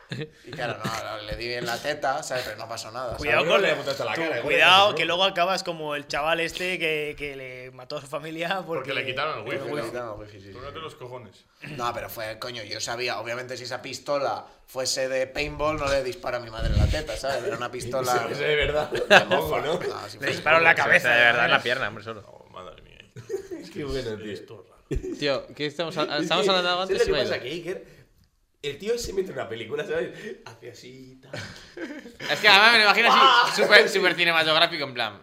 [SPEAKER 2] Y claro, no, no, le di en la teta, ¿sabes? Pero no pasó nada. ¿sabes?
[SPEAKER 6] Cuidado
[SPEAKER 3] Seguro
[SPEAKER 6] con
[SPEAKER 3] le
[SPEAKER 6] la-
[SPEAKER 3] apuntaste a la
[SPEAKER 6] tú,
[SPEAKER 3] cara, igual
[SPEAKER 6] Cuidado,
[SPEAKER 3] le
[SPEAKER 6] que
[SPEAKER 3] apuntaste, ¿no?
[SPEAKER 6] luego acabas como el chaval este que, que le mató a su familia porque,
[SPEAKER 4] Porque le quitaron el
[SPEAKER 2] Pero
[SPEAKER 4] wifi.
[SPEAKER 2] me
[SPEAKER 4] ¿no?
[SPEAKER 2] quitaron el wifi, sí, sí.
[SPEAKER 4] Túnate los cojones.
[SPEAKER 2] No, pero fue, coño, yo sabía, obviamente si esa pistola fuese de paintball no le disparo a mi madre en la teta, ¿sabes? Era una pistola...
[SPEAKER 3] Sí, sí, de verdad.
[SPEAKER 2] de mofa.
[SPEAKER 3] Ojo, ¿no?
[SPEAKER 2] No, si
[SPEAKER 6] Le
[SPEAKER 2] fuese-
[SPEAKER 6] disparó en la cabeza, de verdad.
[SPEAKER 7] en la pierna, hombre, solo.
[SPEAKER 4] Oh, madre mía.
[SPEAKER 3] Qué bueno, tío.
[SPEAKER 4] Esto es raro.
[SPEAKER 7] Tío, ¿qué estamos,
[SPEAKER 3] Es que,
[SPEAKER 7] estamos hablando algo antes?
[SPEAKER 3] ¿sabes
[SPEAKER 7] y
[SPEAKER 3] lo
[SPEAKER 7] me
[SPEAKER 3] que
[SPEAKER 7] he ido.
[SPEAKER 3] pasa? Que Iker, el tío se mete en una película, ¿sabes? Hace así, tal.
[SPEAKER 7] Es que además me lo imagino así, súper super cinematográfico, en plan.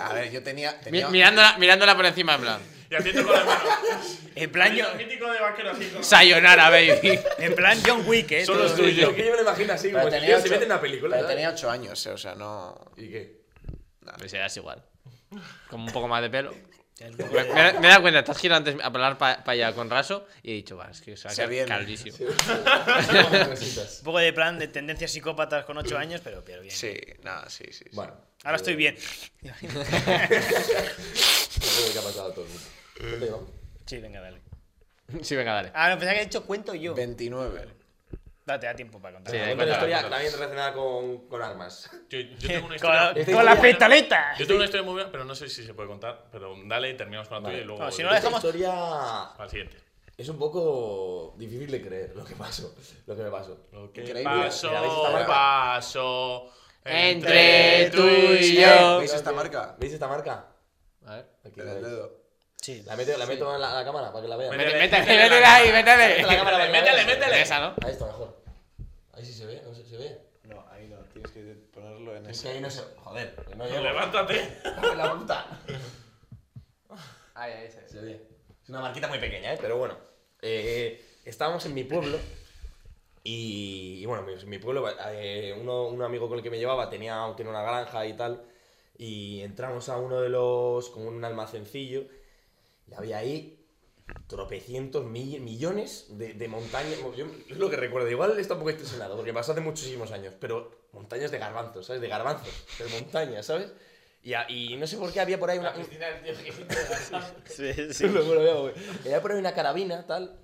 [SPEAKER 2] A ver, yo tenía...
[SPEAKER 7] Mi-
[SPEAKER 2] tenía-
[SPEAKER 7] mirándola, mirándola por encima, en plan.
[SPEAKER 4] Y haciendo con la mano.
[SPEAKER 6] En plan, yo-
[SPEAKER 4] Haciendo Mítico de vaquero así con-
[SPEAKER 7] Sayonara, baby.
[SPEAKER 6] en plan John Wick, ¿eh?
[SPEAKER 3] Solo es
[SPEAKER 6] Todo-
[SPEAKER 3] tuyo. Que yo me lo imagino así,
[SPEAKER 2] pero
[SPEAKER 3] como el
[SPEAKER 2] tenía
[SPEAKER 3] Pues, tío se
[SPEAKER 2] ocho-
[SPEAKER 3] mete en una película.
[SPEAKER 2] pero
[SPEAKER 3] ¿sabes?
[SPEAKER 2] tenía ocho años, eh, o sea, no...
[SPEAKER 3] ¿Y qué?
[SPEAKER 7] Pero serás igual. Con un poco más de pelo. Me, me he- me he dado cuenta, estás girando antes a hablar para allá con raso y he dicho, va, es que se va a
[SPEAKER 2] Se
[SPEAKER 7] quedar
[SPEAKER 2] viene".
[SPEAKER 7] calvísimo.
[SPEAKER 3] Ah,
[SPEAKER 6] Un poco de plan de tendencias psicópatas con 8 años, pero, pero bien.
[SPEAKER 2] Sí, nada, sí, sí. sí.
[SPEAKER 3] Bueno.
[SPEAKER 6] Ahora estoy bien.
[SPEAKER 3] Yo creo que ha pasado a todo el mundo. ¿Dónde vamos?
[SPEAKER 6] Sí, venga, dale.
[SPEAKER 7] Sí, venga, dale.
[SPEAKER 6] Ah, no, pensaba que he hecho cuento yo.
[SPEAKER 2] 29.
[SPEAKER 6] Date, da tiempo para contar.
[SPEAKER 7] Sí, ahí
[SPEAKER 3] Cuenta una
[SPEAKER 7] cuéntala,
[SPEAKER 3] historia
[SPEAKER 7] cuéntala.
[SPEAKER 3] también relacionada con, con armas.
[SPEAKER 4] Yo, yo tengo una
[SPEAKER 6] con,
[SPEAKER 4] historia.
[SPEAKER 6] la-
[SPEAKER 4] Yo
[SPEAKER 3] Esta
[SPEAKER 6] con la
[SPEAKER 3] historia-
[SPEAKER 6] pistoleta.
[SPEAKER 4] tengo una historia muy buena, pero no sé si se puede contar. Pero dale y terminamos con la tuya
[SPEAKER 3] Vale.
[SPEAKER 4] y luego.
[SPEAKER 6] No, si no
[SPEAKER 4] yo-
[SPEAKER 6] la
[SPEAKER 3] Esta
[SPEAKER 6] dejamos-
[SPEAKER 3] historia
[SPEAKER 4] Al siguiente.
[SPEAKER 3] es un poco difícil de creer lo que pasó. Lo que me pasó.
[SPEAKER 4] Lo que
[SPEAKER 2] Increíble.
[SPEAKER 3] Mira, ¿veis
[SPEAKER 4] pasó,
[SPEAKER 3] esta marca?
[SPEAKER 4] pasó.
[SPEAKER 7] Entre tú y
[SPEAKER 2] yo. ¿Veis
[SPEAKER 3] Mira,
[SPEAKER 2] esta
[SPEAKER 3] ¿veis-
[SPEAKER 2] marca?
[SPEAKER 3] ¿Veis esta marca?
[SPEAKER 7] A ver.
[SPEAKER 3] Aquí
[SPEAKER 2] Pero
[SPEAKER 3] la
[SPEAKER 2] el
[SPEAKER 3] veis.
[SPEAKER 2] dedo.
[SPEAKER 6] Sí,
[SPEAKER 3] La meto, la meto en la, la cámara para que la vean.
[SPEAKER 4] Mete-
[SPEAKER 7] Métele,
[SPEAKER 4] métele,
[SPEAKER 7] métele, métele ahí, métele.
[SPEAKER 3] la cámara, venga,
[SPEAKER 4] Métele,
[SPEAKER 3] venga.
[SPEAKER 4] métele.
[SPEAKER 7] Esa, ¿no?
[SPEAKER 3] Ahí está mejor. Ahí sí se ve, no sé, se ve.
[SPEAKER 2] No, ahí no, tienes que ponerlo en
[SPEAKER 3] Es
[SPEAKER 2] ese. pues
[SPEAKER 3] que ahí no se Joder, que no llego.
[SPEAKER 4] Levántate.
[SPEAKER 3] Joder, la puta.
[SPEAKER 7] Ahí, ahí se ve.
[SPEAKER 3] Se ve. Es una marquita muy pequeña, ¿eh? Pero bueno. Eh, estábamos en mi pueblo. Y, y bueno, pues mi, mi pueblo, eh, uno, un amigo con el que me llevaba tenía, tiene una granja y tal. Y entramos a uno de los, como un almacencillo. Y había ahí tropecientos mill- millones de, de montañas. Yo es lo que recuerdo, igual está un poco estacionado, porque pasó hace muchísimos años, pero montañas de garbanzos, ¿sabes? De garbanzos, de montañas, ¿sabes? Y, a- y no sé por qué había por ahí una.
[SPEAKER 6] sí, sí.
[SPEAKER 3] Sí, lo- lo veo, güey. Había por ahí una carabina, tal.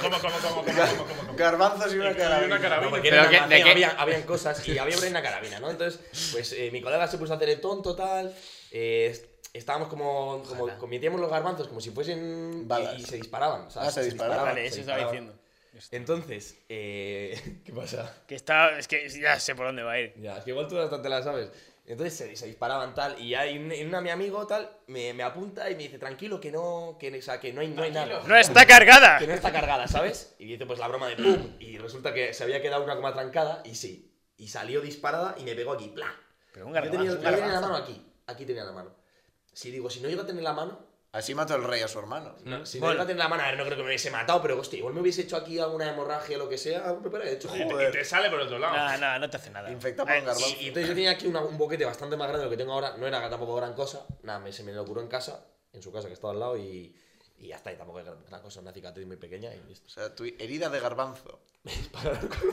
[SPEAKER 4] ¿Cómo, cómo, cómo, cómo, cómo, cómo?
[SPEAKER 2] Garbanzos y una
[SPEAKER 4] Y una
[SPEAKER 2] cara.
[SPEAKER 3] No,
[SPEAKER 4] carabina.
[SPEAKER 3] porque
[SPEAKER 7] Pero
[SPEAKER 3] era
[SPEAKER 7] que-
[SPEAKER 3] una
[SPEAKER 7] ¿de
[SPEAKER 3] almacén,
[SPEAKER 7] qué?
[SPEAKER 3] había- habían cosas y había por ahí una carabina, ¿no? Entonces, pues eh, mi colega se puso a hacer el tonto, tal. eh, est- estábamos como, como. Cometíamos los garbanzos como si fuesen.
[SPEAKER 2] Balas.
[SPEAKER 3] Y, y se disparaban. o sea,
[SPEAKER 2] Ah, se disparaban.
[SPEAKER 6] Vale, eso
[SPEAKER 3] se
[SPEAKER 6] estaba
[SPEAKER 3] disparaban.
[SPEAKER 6] diciendo.
[SPEAKER 3] Entonces, eh, ¿qué pasa?
[SPEAKER 6] Que está, es que ya sé por dónde va a ir.
[SPEAKER 3] Ya, es que igual tú bastante la sabes. Entonces se, se disparaban tal, y hay un, una, mi amigo tal me, me apunta y me dice, tranquilo, que no, que, o sea, que no, hay, no hay nada.
[SPEAKER 6] ¡No está cargada!
[SPEAKER 3] Que no está cargada, ¿sabes? Y dice pues la broma de pum, y resulta que se había quedado una coma trancada, y sí. Y salió disparada y me pegó aquí. ¡Pla!
[SPEAKER 6] Pero un
[SPEAKER 3] Yo tenía,
[SPEAKER 6] garbanzo,
[SPEAKER 3] yo
[SPEAKER 6] un
[SPEAKER 3] tenía la
[SPEAKER 6] garbanzo.
[SPEAKER 3] mano aquí. Aquí tenía la mano. Si digo, si no llego a tener la mano,
[SPEAKER 2] Así mató el rey a su hermano.
[SPEAKER 3] no, si no iba a tener la mano, a ver, no creo que me hubiese matado, pero hostia, igual me hubiese hecho aquí alguna hemorragia o lo que sea, algo me hubiera hecho.
[SPEAKER 4] Y te,
[SPEAKER 2] Joder.
[SPEAKER 4] y te sale por otro lado.
[SPEAKER 6] No, no, no te hace nada.
[SPEAKER 2] Infectado por un
[SPEAKER 6] Ay,
[SPEAKER 2] garbanzo.
[SPEAKER 3] Y entonces yo tenía aquí una- un boquete bastante más grande de lo que tengo ahora, no era tampoco gran cosa, nada, me, se me lo curó en casa, en su casa que estaba al lado y, y ya está, y tampoco es gran, gran cosa, una cicatriz muy pequeña y listo.
[SPEAKER 2] O sea, tu herida de garbanzo.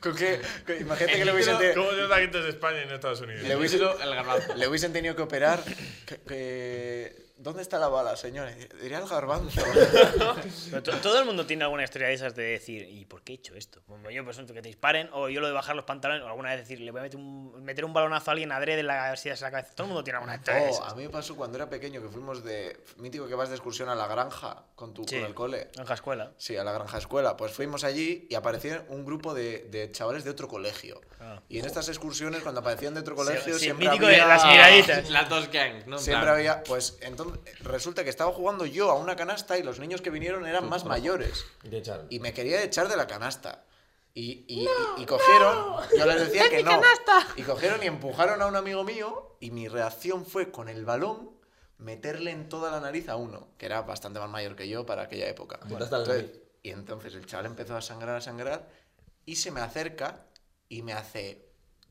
[SPEAKER 2] ¿Con qué? Con-
[SPEAKER 4] Este
[SPEAKER 2] Imagínate que le hubiesen, te-
[SPEAKER 4] ¿Cómo te ataques desde España y en Estados Unidos?
[SPEAKER 2] le hubiesen-
[SPEAKER 7] El garbanzo.
[SPEAKER 2] le hubiesen tenido que operar. que- que- ¿Dónde está la bala, señores? Diría el garbanzo. Oh,
[SPEAKER 6] Pero to- todo el mundo tiene alguna historia de esas de decir, ¿y por qué he hecho esto? Bueno, yo, por ejemplo, que te disparen, o yo lo de bajar los pantalones, o alguna vez decir, le voy a meter un, meter un balonazo a alguien adrede en la, si es la cabeza. Todo el mundo tiene alguna historia de
[SPEAKER 2] Oh,
[SPEAKER 6] esas.
[SPEAKER 2] a mí me pasó cuando era pequeño que fuimos de. Mítico que vas de excursión a la granja con tu
[SPEAKER 6] Sí.
[SPEAKER 2] con el cole.
[SPEAKER 6] En la escuela.
[SPEAKER 2] Sí, a la granja escuela. Pues fuimos allí y apareció un grupo de, de chavales de otro colegio.
[SPEAKER 6] Ah.
[SPEAKER 2] Y en estas excursiones, cuando aparecían de otro colegio,
[SPEAKER 6] sí,
[SPEAKER 2] siempre
[SPEAKER 6] mítico de
[SPEAKER 2] había...
[SPEAKER 6] las miraditas.
[SPEAKER 7] Ah, Las dos gangs, ¿no? En
[SPEAKER 2] Siempre
[SPEAKER 7] plan,
[SPEAKER 2] había, pues entonces resulta que estaba jugando yo a una canasta y los niños que vinieron eran más mayores
[SPEAKER 3] Y te echaron.
[SPEAKER 2] y me quería echar de la canasta. Y, y, y- y cogieron, yo les decía que no. Y cogieron y empujaron a un amigo mío y mi reacción fue con el balón meterle en toda la nariz a uno, que era bastante más mayor que yo para aquella época.
[SPEAKER 3] Apuntaste al
[SPEAKER 2] Entonces-
[SPEAKER 3] Smith.
[SPEAKER 2] y entonces el chaval empezó a sangrar, a sangrar y se me acerca y me hace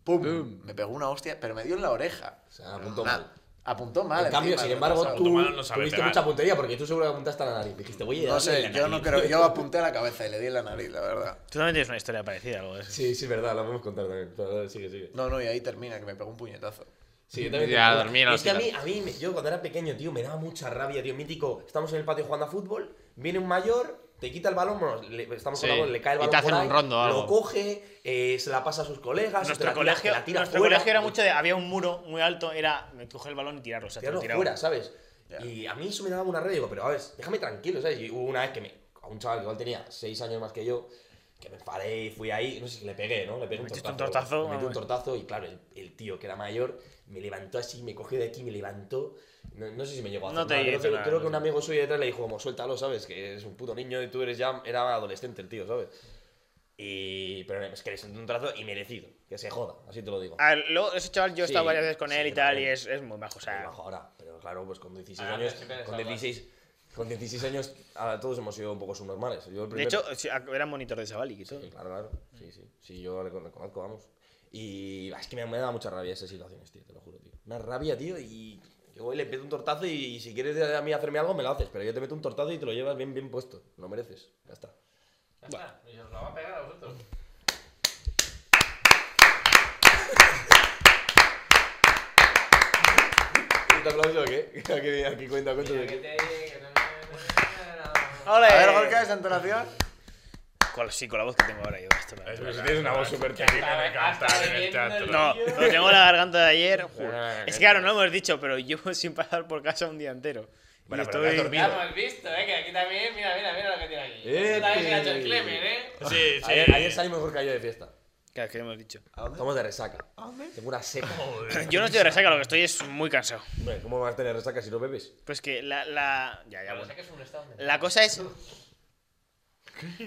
[SPEAKER 2] ¡pum! Me pegó una hostia, pero me dio en la oreja.
[SPEAKER 3] O sea, apuntó
[SPEAKER 2] Na-
[SPEAKER 3] mal.
[SPEAKER 2] Apuntó mal.
[SPEAKER 3] en cambio,
[SPEAKER 2] encima,
[SPEAKER 3] sin
[SPEAKER 2] el
[SPEAKER 3] embargo,
[SPEAKER 2] retrasado.
[SPEAKER 3] tú
[SPEAKER 4] Automano no sabe
[SPEAKER 3] tuviste
[SPEAKER 4] pegar.
[SPEAKER 3] mucha puntería porque tú seguro que apuntaste a la nariz. Dijiste, voy a
[SPEAKER 2] No sé, yo no creo, yo apunté a la cabeza y le di en la nariz, la verdad.
[SPEAKER 6] Tú también tienes una historia parecida, algo de eso.
[SPEAKER 3] Sí, sí, es verdad, la podemos contar también. Pero sigue, sigue.
[SPEAKER 2] No, no, y ahí termina, que me pegó un puñetazo.
[SPEAKER 3] Sí, yo también.
[SPEAKER 7] Ya,
[SPEAKER 3] tengo-
[SPEAKER 7] dormí en el
[SPEAKER 3] Es que a mí,
[SPEAKER 7] hospital.
[SPEAKER 3] a mí, me- yo cuando era pequeño, tío, me daba mucha rabia, tío. Mítico, estamos en el patio jugando a fútbol, viene un mayor, te quita el balón, bueno, le- estamos
[SPEAKER 7] Sí.
[SPEAKER 3] con la bola, le cae el
[SPEAKER 7] Y te
[SPEAKER 3] balón.
[SPEAKER 7] hacen
[SPEAKER 3] por
[SPEAKER 7] un
[SPEAKER 3] ahí,
[SPEAKER 7] rondo o
[SPEAKER 3] Lo
[SPEAKER 7] algo.
[SPEAKER 3] coge, eh, se la pasa a sus colegas. te
[SPEAKER 6] Nuestro
[SPEAKER 3] la tira-
[SPEAKER 6] colegio,
[SPEAKER 3] te la tira
[SPEAKER 6] nuestro
[SPEAKER 3] fuera,
[SPEAKER 6] colegio era
[SPEAKER 3] y-
[SPEAKER 6] mucho de. Había un muro muy alto, era coger el balón y tirarlo. O sea, te lo
[SPEAKER 3] tirarlo fuera,
[SPEAKER 6] tiraba.
[SPEAKER 3] ¿sabes? Y a mí eso me daba una rabia, digo, pero a ver, déjame tranquilo, ¿sabes? Y hubo una vez que me, a un chaval que igual tenía 6 años más que yo, que me enfadé y fui ahí, no sé si le pegué, ¿no? Le pegué un
[SPEAKER 6] Metiste
[SPEAKER 3] tortazo.
[SPEAKER 6] un tortazo,
[SPEAKER 3] me metí un
[SPEAKER 6] vamos.
[SPEAKER 3] tortazo y claro, el, el tío que era mayor me levantó así, me cogió de aquí, me levantó. No, no sé si me llegó a hacer
[SPEAKER 6] No te
[SPEAKER 3] nada, pero
[SPEAKER 6] hizo
[SPEAKER 3] creo,
[SPEAKER 6] nada,
[SPEAKER 3] creo
[SPEAKER 6] no
[SPEAKER 3] que un
[SPEAKER 6] te-
[SPEAKER 3] amigo suyo detrás le dijo, como suéltalo, ¿sabes? Que es un puto niño y tú eres ya, era adolescente el tío, ¿sabes? Y, pero es que le senté un trazo y merecido, que se joda, así te lo digo.
[SPEAKER 6] A ver, luego, ese chaval, yo he
[SPEAKER 3] Sí,
[SPEAKER 6] estado varias veces con
[SPEAKER 3] sí,
[SPEAKER 6] él y
[SPEAKER 3] no,
[SPEAKER 6] tal,
[SPEAKER 3] no.
[SPEAKER 6] y es, es muy bajo. O sea,
[SPEAKER 3] Muy bajo ahora, pero claro, pues con 16
[SPEAKER 7] Ahora
[SPEAKER 3] años,
[SPEAKER 7] siempre
[SPEAKER 3] con
[SPEAKER 7] desahogas.
[SPEAKER 3] 16, con 16 años ahora todos hemos sido un poco subnormales. Yo el
[SPEAKER 6] de
[SPEAKER 3] primero.
[SPEAKER 6] hecho, sí, era monitor de chaval y todo.
[SPEAKER 3] Sí, claro, claro. Sí, sí. Sí, yo le, con- le conozco, vamos. Y ah, es que me, me da mucha rabia esas situaciones, tío, te lo juro, tío. Una rabia, tío, y yo voy y le meto un tortazo y, si quieres a mí hacerme algo, me lo haces, pero yo te meto un tortazo y te lo llevas bien, bien puesto. Lo mereces. Ya está.
[SPEAKER 4] Ya está, y os la va a pegar a vosotros.
[SPEAKER 3] ¿Te aplauso o qué? Aquí, aquí cuenta cuentos de qué.
[SPEAKER 6] ¡Ole!
[SPEAKER 2] A ver, Gorka, esa entonación.
[SPEAKER 6] Con- sí, con la voz que tengo ahora yo. Esto, me-
[SPEAKER 4] Es que si tienes una voz súper pequeña en el cantar, en el teatro.
[SPEAKER 6] No, pero tengo la garganta de ayer. Joder. Es que claro, no lo hemos dicho, pero llevo sin pasar por casa un día entero. Y
[SPEAKER 3] Bueno, pero
[SPEAKER 6] estoy...
[SPEAKER 3] te has dormido.
[SPEAKER 7] Hemos visto, eh, que aquí también, mira, mira, mira lo que tiene aquí.
[SPEAKER 3] Eh,
[SPEAKER 7] Esta vez se la ha hecho el
[SPEAKER 3] eh.
[SPEAKER 7] Clemen, eh.
[SPEAKER 4] Sí, sí.
[SPEAKER 3] Ayer, ayer salí mejor que yo de fiesta.
[SPEAKER 6] Claro, es que lo hemos dicho.
[SPEAKER 3] Estamos de resaca. Tengo una seca.
[SPEAKER 4] Joder.
[SPEAKER 6] Yo no estoy de resaca, lo que estoy es muy cansado.
[SPEAKER 3] Hombre, ¿cómo vas a tener resaca si no bebes?
[SPEAKER 6] Pues que la... la... Ya,
[SPEAKER 7] La
[SPEAKER 6] ya, bueno.
[SPEAKER 7] verdad que es un estado mental.
[SPEAKER 6] La cosa es...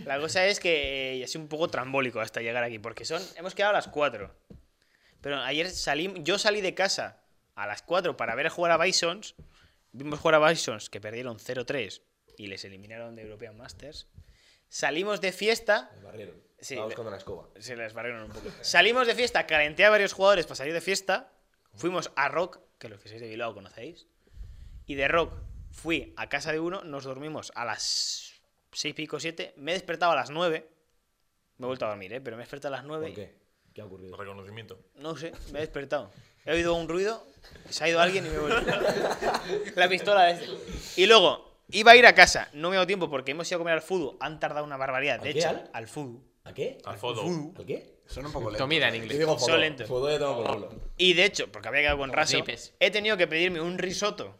[SPEAKER 6] La cosa es que eh, ha sido un poco trambólico hasta llegar aquí, porque son... Hemos quedado a las 4. Pero ayer salí... Yo salí de casa a las 4 para ver jugar a Bisons. Vimos jugar a Bisons, que perdieron 0-3 y les eliminaron de European Masters. Salimos de fiesta...
[SPEAKER 3] Me barrieron.
[SPEAKER 6] Sí,
[SPEAKER 3] Estaba
[SPEAKER 6] le-
[SPEAKER 3] buscando una escoba.
[SPEAKER 6] Se les barrieron un poco. Salimos de fiesta, calenté a varios jugadores para salir de fiesta. Fuimos a Rock, que los que sois de Bilbao conocéis. Y de Rock fui a casa de uno, nos dormimos a las seis y pico, siete. Me he despertado a las nueve. Me he vuelto a dormir, ¿eh? Pero me he despertado a las nueve.
[SPEAKER 3] ¿Por qué? ¿Qué ha ocurrido?
[SPEAKER 4] Reconocimiento.
[SPEAKER 6] No sé, me he despertado. He oído un ruido, se ha ido alguien y me he vuelto. La pistola de este. Y luego, iba a ir a casa. No me ha dado tiempo porque hemos ido a comer al fútbol. Han tardado una barbaridad.
[SPEAKER 3] ¿A
[SPEAKER 6] De
[SPEAKER 3] qué,
[SPEAKER 6] hecho,
[SPEAKER 3] al?
[SPEAKER 6] al fútbol.
[SPEAKER 3] ¿A qué?
[SPEAKER 4] Al fodo.
[SPEAKER 3] ¿Al qué?
[SPEAKER 2] Son un poco lentos.
[SPEAKER 7] Comida en
[SPEAKER 3] Yo
[SPEAKER 7] inglés.
[SPEAKER 3] digo fodo.
[SPEAKER 6] Son lentos.
[SPEAKER 3] Fodo de todo
[SPEAKER 4] Ah,
[SPEAKER 3] por culo.
[SPEAKER 6] Y de hecho, porque había quedado con raso,
[SPEAKER 7] flipes.
[SPEAKER 6] he tenido que pedirme un risotto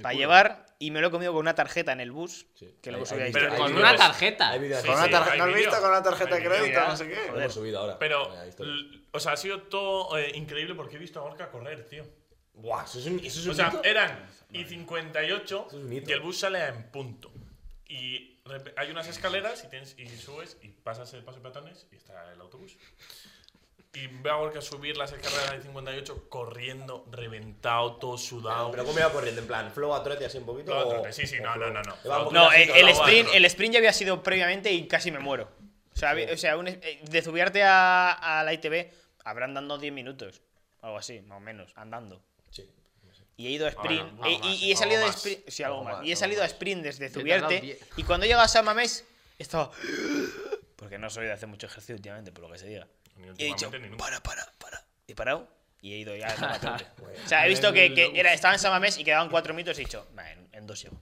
[SPEAKER 6] para llevar y me lo he comido con una tarjeta en el bus.
[SPEAKER 3] Sí.
[SPEAKER 6] Que luego
[SPEAKER 3] Ahí-
[SPEAKER 6] subí a
[SPEAKER 3] ahí-
[SPEAKER 6] Instagram.
[SPEAKER 4] Pero
[SPEAKER 7] Con
[SPEAKER 4] Hay
[SPEAKER 7] una
[SPEAKER 4] vídeos.
[SPEAKER 7] tarjeta.
[SPEAKER 3] Hay videos
[SPEAKER 4] Sí,
[SPEAKER 2] Con una
[SPEAKER 4] sí,
[SPEAKER 2] tarjeta-
[SPEAKER 4] hay
[SPEAKER 2] ¿No has
[SPEAKER 4] vídeo.
[SPEAKER 2] visto con una tarjeta
[SPEAKER 4] Hay
[SPEAKER 2] de
[SPEAKER 4] vídeo,
[SPEAKER 2] crédito?
[SPEAKER 4] ya.
[SPEAKER 2] No sé qué.
[SPEAKER 3] Lo hemos subido ahora.
[SPEAKER 4] Pero,
[SPEAKER 3] Vaya historia.
[SPEAKER 4] l- o sea, ha sido todo eh, increíble porque he visto a Gorka correr, tío.
[SPEAKER 3] Buah, eso es un, eso es un
[SPEAKER 4] O sea, eh,
[SPEAKER 3] hito.
[SPEAKER 4] eran y 58
[SPEAKER 3] Eso es un hito.
[SPEAKER 4] y el bus sale en punto. Y rep- hay unas escaleras y, tienes, y subes y pasas el paso de peatones y está el autobús. Y veo que subir las escaleras del 58 corriendo, reventado, todo sudado.
[SPEAKER 3] Pero ¿cómo iba corriendo? En plan, flow atleti así un poquito.
[SPEAKER 4] Flow
[SPEAKER 3] o-
[SPEAKER 4] atleti, sí, sí,
[SPEAKER 3] o
[SPEAKER 4] no,
[SPEAKER 3] flow-
[SPEAKER 4] no, no, no.
[SPEAKER 3] Le va un
[SPEAKER 4] Flow
[SPEAKER 3] poquito
[SPEAKER 6] No,
[SPEAKER 3] así,
[SPEAKER 6] eh,
[SPEAKER 3] pero
[SPEAKER 6] el,
[SPEAKER 3] va
[SPEAKER 6] sprint,
[SPEAKER 3] dentro.
[SPEAKER 6] el sprint ya había sido previamente y casi me muero. O sea, había- o sea, un es- eh, de subirte a, a la ITV habrán dando 10 minutos. Algo así, más o menos, andando.
[SPEAKER 3] Sí.
[SPEAKER 6] Y he ido a sprint.
[SPEAKER 4] Bueno,
[SPEAKER 6] eh,
[SPEAKER 4] algo
[SPEAKER 6] y,
[SPEAKER 4] más,
[SPEAKER 6] y he
[SPEAKER 4] algo
[SPEAKER 6] salido de
[SPEAKER 4] más,
[SPEAKER 6] sprint. Sí, algo,
[SPEAKER 2] algo
[SPEAKER 6] más.
[SPEAKER 2] más,
[SPEAKER 6] Y he
[SPEAKER 2] algo
[SPEAKER 6] salido a
[SPEAKER 2] más.
[SPEAKER 6] sprint desde
[SPEAKER 7] Te he tardado
[SPEAKER 6] Zubierte.
[SPEAKER 7] diez.
[SPEAKER 6] Y cuando he llegado a San Mamés, estaba. Porque no soy de hacer mucho ejercicio últimamente, por lo que se diga.
[SPEAKER 4] Ni
[SPEAKER 6] Y he dicho,
[SPEAKER 4] últimamente, ni nunca.
[SPEAKER 6] para, para, para. He parado y he ido ya a tomar apunte. O sea, he visto que, que era, estaba en San Mamés y quedaban cuatro minutos y he dicho, "Nah, en, en dos llego.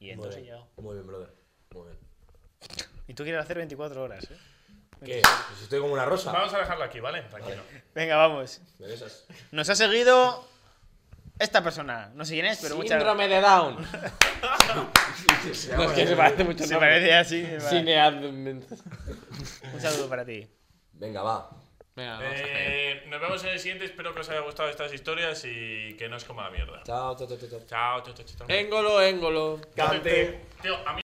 [SPEAKER 6] Y en
[SPEAKER 3] Muy
[SPEAKER 6] dos he
[SPEAKER 3] bien,
[SPEAKER 6] llegado.
[SPEAKER 3] Muy bien, brother. Muy bien.
[SPEAKER 6] Y tú quieres hacer 24 horas, ¿eh?
[SPEAKER 3] ¿Qué? Pues estoy como una rosa.
[SPEAKER 4] Vamos a dejarlo aquí, ¿vale? Tranquilo. Eh,
[SPEAKER 6] Venga, vamos.
[SPEAKER 3] ¿Me besas?
[SPEAKER 6] Nos ha seguido esta persona. No sé quién es, pero muchas
[SPEAKER 7] Síndrome de Down. no, es que se parece mucho.
[SPEAKER 6] Se parece así. se parece.
[SPEAKER 7] Cine.
[SPEAKER 6] Un saludo para ti.
[SPEAKER 3] Venga, va.
[SPEAKER 7] Venga, vamos a hacer.
[SPEAKER 4] Eh, nos vemos en el siguiente. Espero que os haya gustado estas historias y que no os coma la mierda.
[SPEAKER 3] Chao, chao, chao, chao. chao.
[SPEAKER 4] Chao, chao, chao, chao.
[SPEAKER 7] Éngolo, éngolo.
[SPEAKER 4] Tío, a mí